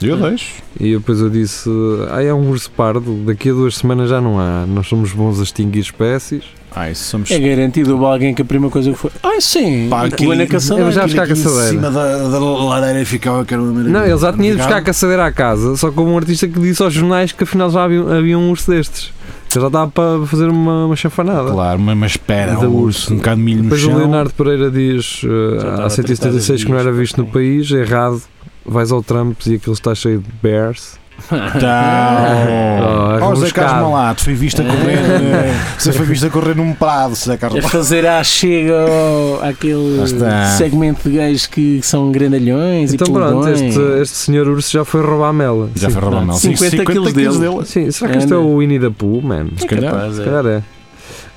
Speaker 4: Eu deixo.
Speaker 3: E depois eu disse: Ah, é um urso pardo. Daqui a duas semanas já não há. Nós somos bons a extinguir espécies.
Speaker 4: Ai, Ah, somos.
Speaker 2: É garantido houve alguém que a primeira coisa que foi. Ai sim,
Speaker 4: Pá,
Speaker 2: vou na
Speaker 4: aquele-
Speaker 2: caçadeira.
Speaker 3: Eu já-
Speaker 4: aquilo
Speaker 3: buscar a
Speaker 4: aqui
Speaker 3: caçadeira.
Speaker 4: Em cima da, da lareira ficava que era uma maravilha.
Speaker 3: Não, ele já tinha ido buscar a
Speaker 4: Obrigado.
Speaker 3: caçadeira à casa, só que houve um artista que disse aos jornais que afinal já havia, havia um urso destes. Ele já estava para fazer uma, uma chanfanada.
Speaker 4: Claro, mas, mas espera,
Speaker 3: Da
Speaker 4: um
Speaker 3: urso.
Speaker 4: urso, um bocado de milho no
Speaker 3: Depois
Speaker 4: chão.
Speaker 3: o Leonardo Pereira diz eh,
Speaker 2: estava
Speaker 3: há 176 que não era
Speaker 2: tratado de
Speaker 3: visto no
Speaker 2: bicho,
Speaker 3: país, é errado, vais ao Trump e aquilo está cheio de bears.
Speaker 4: Então,
Speaker 3: Oh,
Speaker 4: oh, Zé Carlos
Speaker 3: rebuscado.
Speaker 4: Malato, foi visto a correr. eh, Você foi visto a correr num prado, Zé Carlos
Speaker 2: A É fazer a chega ao- àquele
Speaker 4: Lá está.
Speaker 2: segmento de gays que são grandalhões
Speaker 3: Então
Speaker 2: e É
Speaker 3: pronto,
Speaker 2: peludões.
Speaker 3: este, este senhor urso já foi roubar mela.
Speaker 4: Já
Speaker 3: Sim.
Speaker 4: foi roubar mel. Sim,
Speaker 2: 50 quilos
Speaker 4: quilos
Speaker 2: dele.
Speaker 4: dele.
Speaker 3: Sim, será que este é
Speaker 2: Ana.
Speaker 3: o Winnie the Pooh, man?
Speaker 4: Se calhar.
Speaker 2: Capaz,
Speaker 3: Se
Speaker 2: é.
Speaker 3: calhar é.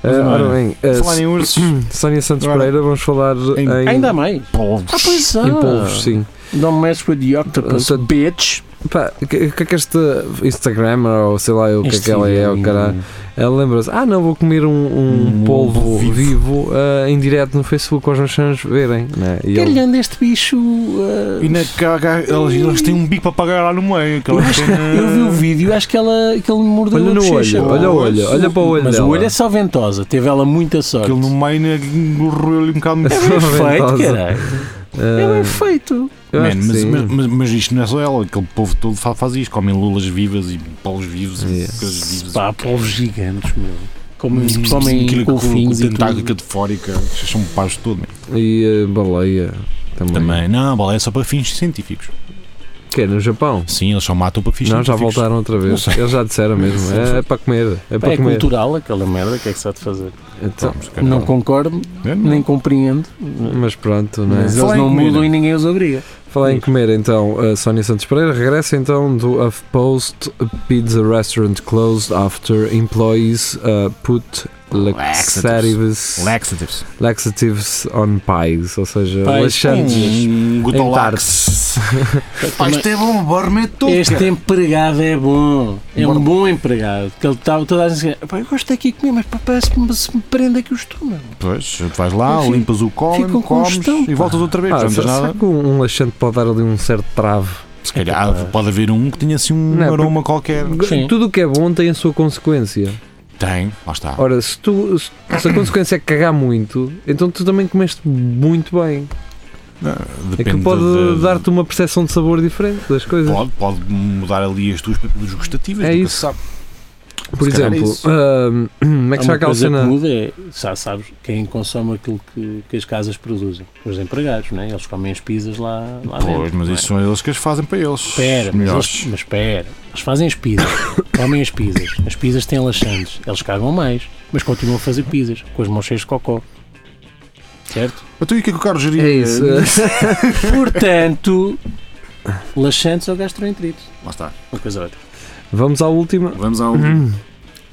Speaker 4: Mas,
Speaker 3: Eh, ora
Speaker 4: olha,
Speaker 3: bem, eh,
Speaker 4: Falar em ursos.
Speaker 3: Sónia Santos
Speaker 4: Agora,
Speaker 3: Pereira, vamos falar em,
Speaker 4: em-
Speaker 2: Ainda há mais. Ah, pois é.
Speaker 3: em polvos, sim.
Speaker 2: Don't mess with the octopus,
Speaker 3: Então,
Speaker 2: bitch.
Speaker 3: Pá, o que, que é que esta Instagram ou sei lá o que é que ela é, o cara, ela lembra-se, ah não, vou comer um, um
Speaker 4: Um
Speaker 3: polvo
Speaker 4: polvo
Speaker 3: vivo,
Speaker 4: vivo."
Speaker 3: ah, em direto no Facebook aos meus fãs verem. né? E ele-
Speaker 2: Calhando este bicho. ah,
Speaker 4: E na caga, eles, eles têm um bico para pagar lá no meio.
Speaker 2: eu,
Speaker 4: Aquela
Speaker 2: acho, que-
Speaker 4: cena-
Speaker 2: eu vi o vídeo acho que, ela, que ele me mordeu
Speaker 3: olha
Speaker 2: a
Speaker 3: no
Speaker 2: bochecha.
Speaker 3: olho, olha o olho, olha para o olho
Speaker 2: Mas
Speaker 3: dela.
Speaker 2: o olho é só ventosa, teve ela muita sorte.
Speaker 4: Aquele no meio né, engorreu-lhe um bocado.
Speaker 2: É
Speaker 4: de-
Speaker 2: bem
Speaker 3: só
Speaker 2: feito,
Speaker 3: ventosa.
Speaker 2: caralho. É
Speaker 3: Ah,
Speaker 2: bem feito.
Speaker 3: eu
Speaker 4: Man,
Speaker 3: acho que
Speaker 4: mas,
Speaker 3: sim.
Speaker 4: mas, mas, mas isto não é só ela, aquele povo todo fa- faz isto, comem lulas vivas e polos vivos e
Speaker 3: Yeah.
Speaker 4: coisas vivas.
Speaker 2: Pá, povos gigantes, meu. Como
Speaker 4: Hum,
Speaker 2: comem
Speaker 4: aquilo com-
Speaker 2: golfinhos
Speaker 4: com
Speaker 2: e tudo.
Speaker 4: tentáculo fórica, são um pasto todo. man.
Speaker 3: E a baleia também.
Speaker 4: Também, não, a bola é só para fins científicos.
Speaker 3: Que é no Japão.
Speaker 4: Sim, eles só matam para fins
Speaker 3: Não, já
Speaker 4: científicos.
Speaker 3: voltaram outra
Speaker 4: Não
Speaker 3: vez.
Speaker 4: sei.
Speaker 3: Eles já disseram mesmo. É, para comer. É
Speaker 2: Pá,
Speaker 3: para
Speaker 2: é
Speaker 3: comer.
Speaker 2: cultural aquela merda, o que é que se há de fazer?
Speaker 3: Então,
Speaker 4: Vamos, caralho.
Speaker 2: Não concordo,
Speaker 4: É, não.
Speaker 2: nem compreendo,
Speaker 3: mas pronto, não é?
Speaker 2: mas eles
Speaker 4: Fala em
Speaker 2: não
Speaker 4: comida.
Speaker 2: mudam e ninguém os obriga.
Speaker 3: Falar em comer, então, a Sónia Santos Pereira regressa então do A Post Pizza Restaurant closed after employees uh, put laxatives,
Speaker 4: Laxatives.
Speaker 3: laxatives on pies, ou seja,
Speaker 2: Pies.
Speaker 3: laxantes.
Speaker 4: Um
Speaker 3: Gotolax.
Speaker 4: Gotolax. Pá, isto é bom, barman todo.
Speaker 2: Este empregado é bom, é um
Speaker 4: Bora.
Speaker 2: bom empregado. Que ele está toda a gente diz, "Pá, eu gosto daqui de comer, mas pá, parece que me- se me prende aqui o estômago.
Speaker 4: Pois, tu vais lá,
Speaker 2: Enfim,
Speaker 4: limpas o
Speaker 2: ficam
Speaker 4: colo,
Speaker 2: com
Speaker 4: comes
Speaker 2: gestão,
Speaker 4: e
Speaker 2: pá.
Speaker 4: voltas outra vez.
Speaker 3: Ah,
Speaker 4: não
Speaker 3: será,
Speaker 4: tens
Speaker 3: será
Speaker 4: nada.
Speaker 3: que um um laxante pode dar ali um certo trave?
Speaker 4: Se calhar pode haver um que tenha assim um
Speaker 2: é
Speaker 3: Não,
Speaker 4: aroma qualquer.
Speaker 2: Sim.
Speaker 3: Tudo o que é bom tem a sua consequência.
Speaker 4: Tem, lá está.
Speaker 3: Ora, se, tu, se se a consequência é cagar muito, então tu também comeste muito bem. É que
Speaker 4: Depende
Speaker 3: pode
Speaker 4: de- de-
Speaker 3: dar-te uma percepção de sabor diferente das coisas.
Speaker 4: Pode, pode mudar ali as tuas papilas gustativas.
Speaker 3: É
Speaker 4: nunca
Speaker 3: isso.
Speaker 4: se sabe.
Speaker 3: Por
Speaker 4: Se calhar é
Speaker 3: exemplo,
Speaker 4: isso.
Speaker 3: ahm, como é
Speaker 2: Há
Speaker 3: que se chama
Speaker 2: uma
Speaker 3: aquela
Speaker 2: coisa
Speaker 3: cena?
Speaker 2: que muda é, já sabes, quem consome aquilo que, que as casas produzem, os empregados, não é? eles comem as pizzas lá, lá dentro.
Speaker 4: Pois, mas
Speaker 2: não é?
Speaker 4: isso são eles que as fazem para eles.
Speaker 2: Espera, mas, eles,
Speaker 4: melhores.
Speaker 2: mas espera, eles fazem as pizzas, comem as pizzas, as pizzas têm laxantes, eles cagam mais, mas continuam a fazer pizzas, com as mãos cheias de cocó. Certo?
Speaker 4: Então e o que é que o Carlos geria?
Speaker 3: É isso.
Speaker 2: Portanto, laxantes ou gastroenterites.
Speaker 4: Lá está.
Speaker 2: Uma coisa ou outra.
Speaker 3: Vamos à última.
Speaker 4: Vamos ao.
Speaker 3: Uhum.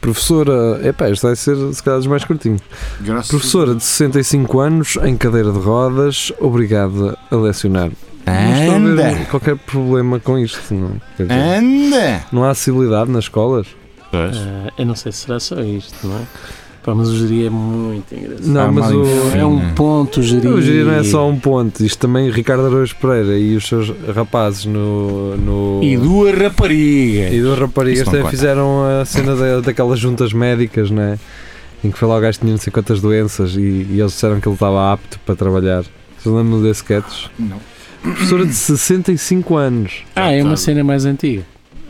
Speaker 3: Professora, epá, isto vai ser se calhar dos mais curtinho.
Speaker 4: Graças
Speaker 3: Professora de 65 anos, em cadeira de rodas, obrigada a lecionar. Não estou a ver
Speaker 4: Anda!
Speaker 3: qualquer problema com isto, não? é? Quer dizer,
Speaker 4: Anda!
Speaker 3: não há acessibilidade nas escolas?
Speaker 4: Pois.
Speaker 2: Ah, eu não sei se será só isto, não é? Pá, mas o Jiri é muito engraçado.
Speaker 3: Não,
Speaker 4: Ah,
Speaker 3: mas
Speaker 4: mal
Speaker 3: o,
Speaker 4: enfim.
Speaker 2: É um
Speaker 4: Sim.
Speaker 2: ponto, o Jiri.
Speaker 3: o Jiri não é só um ponto. Isto também, Ricardo Araújo Pereira e os seus rapazes no. no
Speaker 2: E duas raparigas.
Speaker 3: e duas raparigas
Speaker 4: Isso não
Speaker 3: também
Speaker 4: conta.
Speaker 3: fizeram a cena da, daquelas juntas médicas, né? Em que foi lá o gajo que tinha não sei quantas doenças e, e eles disseram que ele estava apto para trabalhar. Vocês lembram desse sketch?
Speaker 4: Não.
Speaker 3: Professora de 65 anos.
Speaker 2: Ah, é uma cena mais antiga.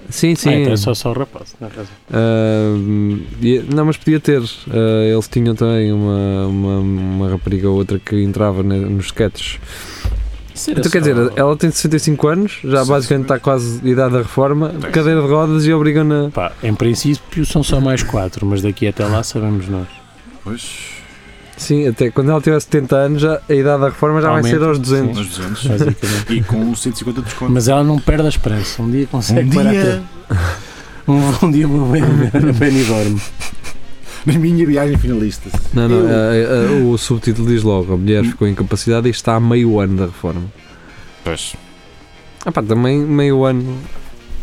Speaker 3: Sim,
Speaker 2: Sim.
Speaker 3: sim.
Speaker 2: Ah, então é só, só o rapaz, na razão.
Speaker 3: Ah, e- não, mas podia ter. Ah, eles tinham também uma, uma, uma rapariga ou outra que entrava ne- nos sketches.
Speaker 2: Isso era
Speaker 3: Então, quer
Speaker 2: só-
Speaker 3: dizer, ela tem 65 anos, já
Speaker 4: Sim,
Speaker 3: basicamente
Speaker 4: sim.
Speaker 3: está quase idade da reforma, cadeira de rodas e obrigam-na.
Speaker 2: Pá, em princípio são só mais quatro, mas daqui até lá sabemos nós.
Speaker 4: Pois,
Speaker 3: Sim, até quando ela tiver 70 anos, já, a idade da reforma já vai
Speaker 2: Aumenta,
Speaker 3: ser aos 200.
Speaker 4: uns 200.
Speaker 2: basicamente.
Speaker 4: E com 150 de desconto.
Speaker 2: Mas ela não perde a esperança. Um dia
Speaker 3: é
Speaker 2: consegue
Speaker 4: um
Speaker 2: parar
Speaker 4: dia,
Speaker 2: tudo. Um, um dia uma Benny dorme.
Speaker 4: na minha viagem finalista.
Speaker 3: Não, não, a- a- o subtítulo diz logo: a mulher ficou incapacitada e está a meio ano da reforma.
Speaker 4: Pois,
Speaker 3: Ah, pá, também meio ano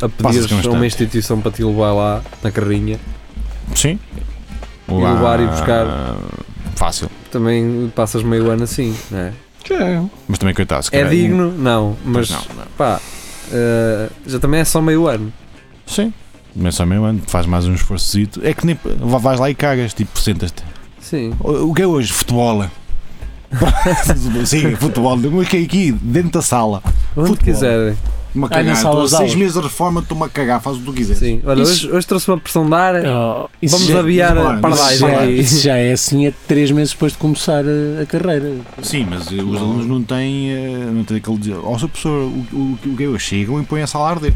Speaker 3: a
Speaker 4: Passa-se um
Speaker 3: pedir a uma
Speaker 4: instante.
Speaker 3: instituição para te levar lá na carrinha.
Speaker 4: sim. E
Speaker 3: levar e buscar.
Speaker 4: Fácil.
Speaker 3: Também passas meio ano assim, não é?
Speaker 4: Mas também, coitado, se
Speaker 3: É
Speaker 4: calhar- um-
Speaker 3: digno? Não, mas
Speaker 4: Pois não, é. não.
Speaker 3: pá, eh, já também é só meio ano.
Speaker 4: Sim. Começa ao meio ano, faz mais um esforçozito. É que nem vá- vais lá e cagas, tipo, sentas-te.
Speaker 3: Sim.
Speaker 4: O o que é hoje? Futebol. Sim, futebol. Mas que é aqui, dentro da sala.
Speaker 3: Onde
Speaker 4: Futebol.
Speaker 3: quiserem.
Speaker 4: Uma
Speaker 2: Ah, na
Speaker 4: cagada.
Speaker 2: sala
Speaker 4: Estou
Speaker 2: de
Speaker 4: a seis
Speaker 2: aulas.
Speaker 4: meses de reforma, estou-me a cagar, faz o que tu quiseres.
Speaker 3: Sim. Olha,
Speaker 2: Isso-
Speaker 3: hoje, hoje trouxe uma pressão de ar.
Speaker 2: Oh, isso
Speaker 3: Vamos
Speaker 2: já-
Speaker 3: aviar
Speaker 4: bora,
Speaker 3: a
Speaker 4: é- isso já-
Speaker 3: pardais.
Speaker 2: Isso já é assim a três meses depois de começar a, a carreira.
Speaker 4: Sim, mas eh, os alunos não têm, eh, não têm aquele dizer, ó seu professor, o, o, o que é hoje? Chegam e põem a sala a arder.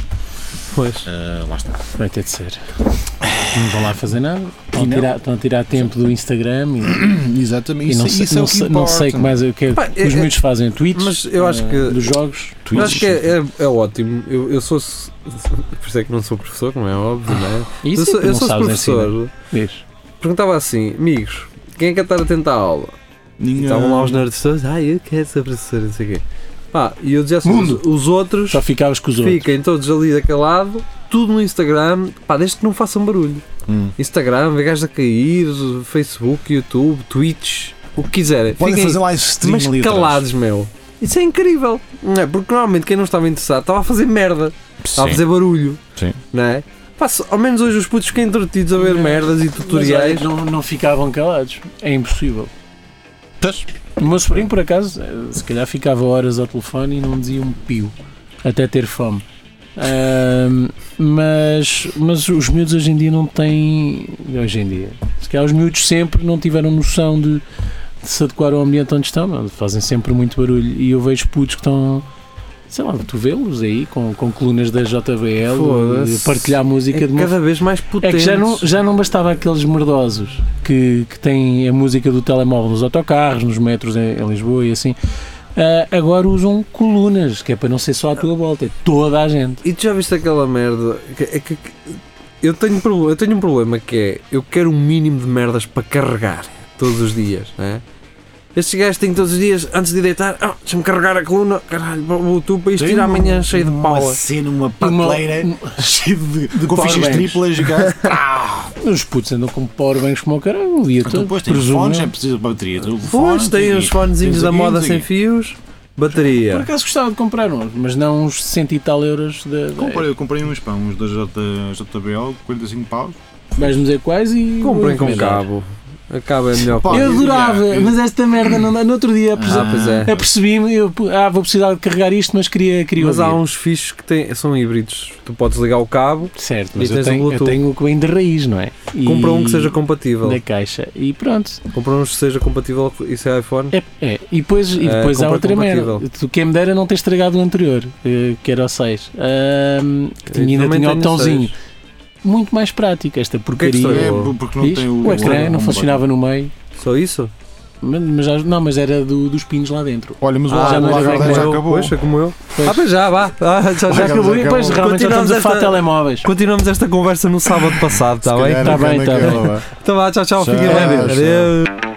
Speaker 3: Pois.
Speaker 4: Ah, lá está.
Speaker 2: Vai ter de ser. Não vão lá fazer nada. Estão a
Speaker 4: E não.
Speaker 2: tirar, estão a tirar tempo do Instagram e,
Speaker 4: Exatamente,
Speaker 2: e
Speaker 4: isso,
Speaker 2: não, sei,
Speaker 4: isso é
Speaker 2: não,
Speaker 4: o que
Speaker 2: sei, não sei
Speaker 4: importa.
Speaker 2: que mais o que é
Speaker 3: Pá,
Speaker 2: que os
Speaker 3: é-
Speaker 2: miúdos fazem tweets
Speaker 3: mas eu acho
Speaker 2: eh,
Speaker 3: que-
Speaker 2: dos jogos.
Speaker 3: Eu
Speaker 4: Tweets.
Speaker 3: acho que é, é- é ótimo. Eu, eu sou. s- Por isso é que não sou professor, não é óbvio, não é?
Speaker 2: E Isso
Speaker 3: eu
Speaker 2: é
Speaker 3: sou,
Speaker 2: que
Speaker 3: eu
Speaker 2: não
Speaker 3: sou
Speaker 2: sabes
Speaker 3: professor.
Speaker 2: ensinar. Vês?
Speaker 3: Perguntava assim, amigos, quem é que está atento à aula? E
Speaker 4: Ninguém-
Speaker 3: Estavam lá os nerds todos, ah, eu quero ser professor, não sei o quê. Pá, e eu dizia assim, os,
Speaker 4: Mundo.
Speaker 3: os outros
Speaker 2: Só ficavas com os outros.
Speaker 3: fiquem todos ali daquele lado, tudo no Instagram, pá, desde que não façam barulho.
Speaker 4: Hum.
Speaker 3: Instagram, vê gajos a cair, Facebook, YouTube, Twitch, o que quiserem.
Speaker 4: Podem
Speaker 3: Fiquem
Speaker 4: fazer lá esse stream
Speaker 3: mas
Speaker 4: ali atrás.
Speaker 3: calados, meu. Isso é incrível, não é? Porque normalmente quem não estava interessado estava a fazer merda, estava a
Speaker 4: Sim.
Speaker 3: fazer barulho,
Speaker 4: Sim.
Speaker 3: não é? Pá, se- ao menos hoje os putos ficam entretidos a ver
Speaker 2: Não.
Speaker 3: merdas e tutoriais.
Speaker 2: Mas, olha, é não, não ficavam calados. É impossível.
Speaker 4: Pois.
Speaker 2: O meu sobrinho, por acaso, eh, se calhar ficava horas ao telefone e não dizia um pio, até ter fome. Ahm, mas, mas os miúdos hoje em dia não têm. Hoje em dia. Se calhar os miúdos sempre não tiveram noção de, de se adequar ao ambiente onde estão. não, Fazem sempre muito barulho. E eu vejo putos que estão. Sei lá, tu vê-los aí com, com colunas da JBL,
Speaker 3: Foda-se.
Speaker 2: eh, partilhar
Speaker 3: É
Speaker 2: música de uma
Speaker 3: cada vez mais
Speaker 2: é
Speaker 3: potentes.
Speaker 2: que já não, já não bastava aqueles merdosos que, que têm a música do telemóvel nos autocarros, nos metros em, em Lisboa e assim. Ah, agora usam colunas, que é para não ser só à tua volta, é toda a gente.
Speaker 3: E tu já viste aquela merda? Que- é que- que- eu, tenho, proble- eu tenho um problema que é: eu quero um mínimo de merdas para carregar todos os dias, né? Estes gajos têm todos os dias, antes de deitar, ah, deixa-me carregar a coluna, caralho, vou- vou tu para isto ir amanhã cheio de
Speaker 4: Uma
Speaker 3: pala.
Speaker 4: cena, uma
Speaker 2: Uma-
Speaker 4: papeleira cheia de, de com
Speaker 2: powerbanks.
Speaker 4: fichas triplas. Ah, cara.
Speaker 2: os putos andam com powerbanks como o caralho o dia
Speaker 4: Então,
Speaker 2: todo.
Speaker 4: depois tem os
Speaker 2: presumo
Speaker 4: fones,
Speaker 2: eu.
Speaker 4: é preciso de bateria. tem o
Speaker 3: Pois,
Speaker 4: fone,
Speaker 3: têm
Speaker 4: tem-
Speaker 3: os fonezinhos
Speaker 4: tens
Speaker 3: da
Speaker 4: aqui,
Speaker 3: moda
Speaker 4: tens
Speaker 3: sem
Speaker 4: aqui.
Speaker 3: fios,
Speaker 2: Por
Speaker 4: é-
Speaker 3: bateria.
Speaker 2: acaso gostava de comprar uns, mas não uns 60 e tal euros da. da-
Speaker 4: Comprei, eu comprei uns pão, uns da J, JBL, 45 paus.
Speaker 2: Vais-me dizer quais e.
Speaker 3: Comprem
Speaker 2: vou
Speaker 3: com
Speaker 2: encomendar.
Speaker 3: cabo. Acaba é melhor.
Speaker 4: Pá,
Speaker 3: que-
Speaker 2: Eu
Speaker 4: é.
Speaker 2: adorava, mas esta merda não dá. No outro dia
Speaker 3: Ah, pois é.
Speaker 2: apercebi-me, eu, ah, vou precisar de carregar isto, mas queria, queria
Speaker 3: Mas há
Speaker 2: ouvir.
Speaker 3: uns fichos que têm, são híbridos. Tu podes ligar o cabo,
Speaker 2: Certo,
Speaker 3: E
Speaker 2: mas eu
Speaker 3: tens um
Speaker 2: tenho, eu
Speaker 3: Bluetooth.
Speaker 2: tenho o que vem de raiz, não é? E é
Speaker 3: compra um que seja compatível.
Speaker 2: da caixa e pronto.
Speaker 3: Compra um que seja compatível, isso é iPhone.
Speaker 2: É, é. E depois, e
Speaker 3: É,
Speaker 2: depois há
Speaker 3: compra
Speaker 2: outra
Speaker 3: compatível.
Speaker 2: merda. Tu quem me dera não ter estragado o anterior, eh, que era o 6. ahm, que É, tinha, ainda
Speaker 3: Também
Speaker 2: tinha o
Speaker 3: tenho
Speaker 2: botãozinho.
Speaker 3: seis.
Speaker 2: Muito mais prático esta
Speaker 3: que
Speaker 2: porcaria.
Speaker 3: estragou?
Speaker 4: É,
Speaker 3: Boa.
Speaker 4: porque não
Speaker 2: Diz?
Speaker 4: tem o.
Speaker 2: o ecrã não
Speaker 4: o-
Speaker 2: funcionava no meio.
Speaker 3: Só isso?
Speaker 2: Mas, mas já- não, mas era do- dos pinos lá dentro.
Speaker 4: Olha, mas o
Speaker 2: Ah,
Speaker 4: ah,
Speaker 2: já não era
Speaker 4: Lagardère
Speaker 2: bem
Speaker 4: já
Speaker 3: Eu-
Speaker 4: acabou.
Speaker 3: Pois, é como eu.
Speaker 2: Pois.
Speaker 3: Ah, pois já, vá. Ah, já,
Speaker 2: Já
Speaker 3: já.
Speaker 2: acabou e depois realmente já
Speaker 4: acabou.
Speaker 2: estamos
Speaker 3: Continuamos
Speaker 2: a falar de
Speaker 3: esta-
Speaker 2: telemóveis.
Speaker 3: Continuamos esta conversa no sábado passado, está bem?
Speaker 2: Tá bem, tá bem.
Speaker 3: Então vá, tchau, tchau.
Speaker 4: Tchau,
Speaker 3: Fiquem bem.
Speaker 4: tchau.
Speaker 3: Adeus.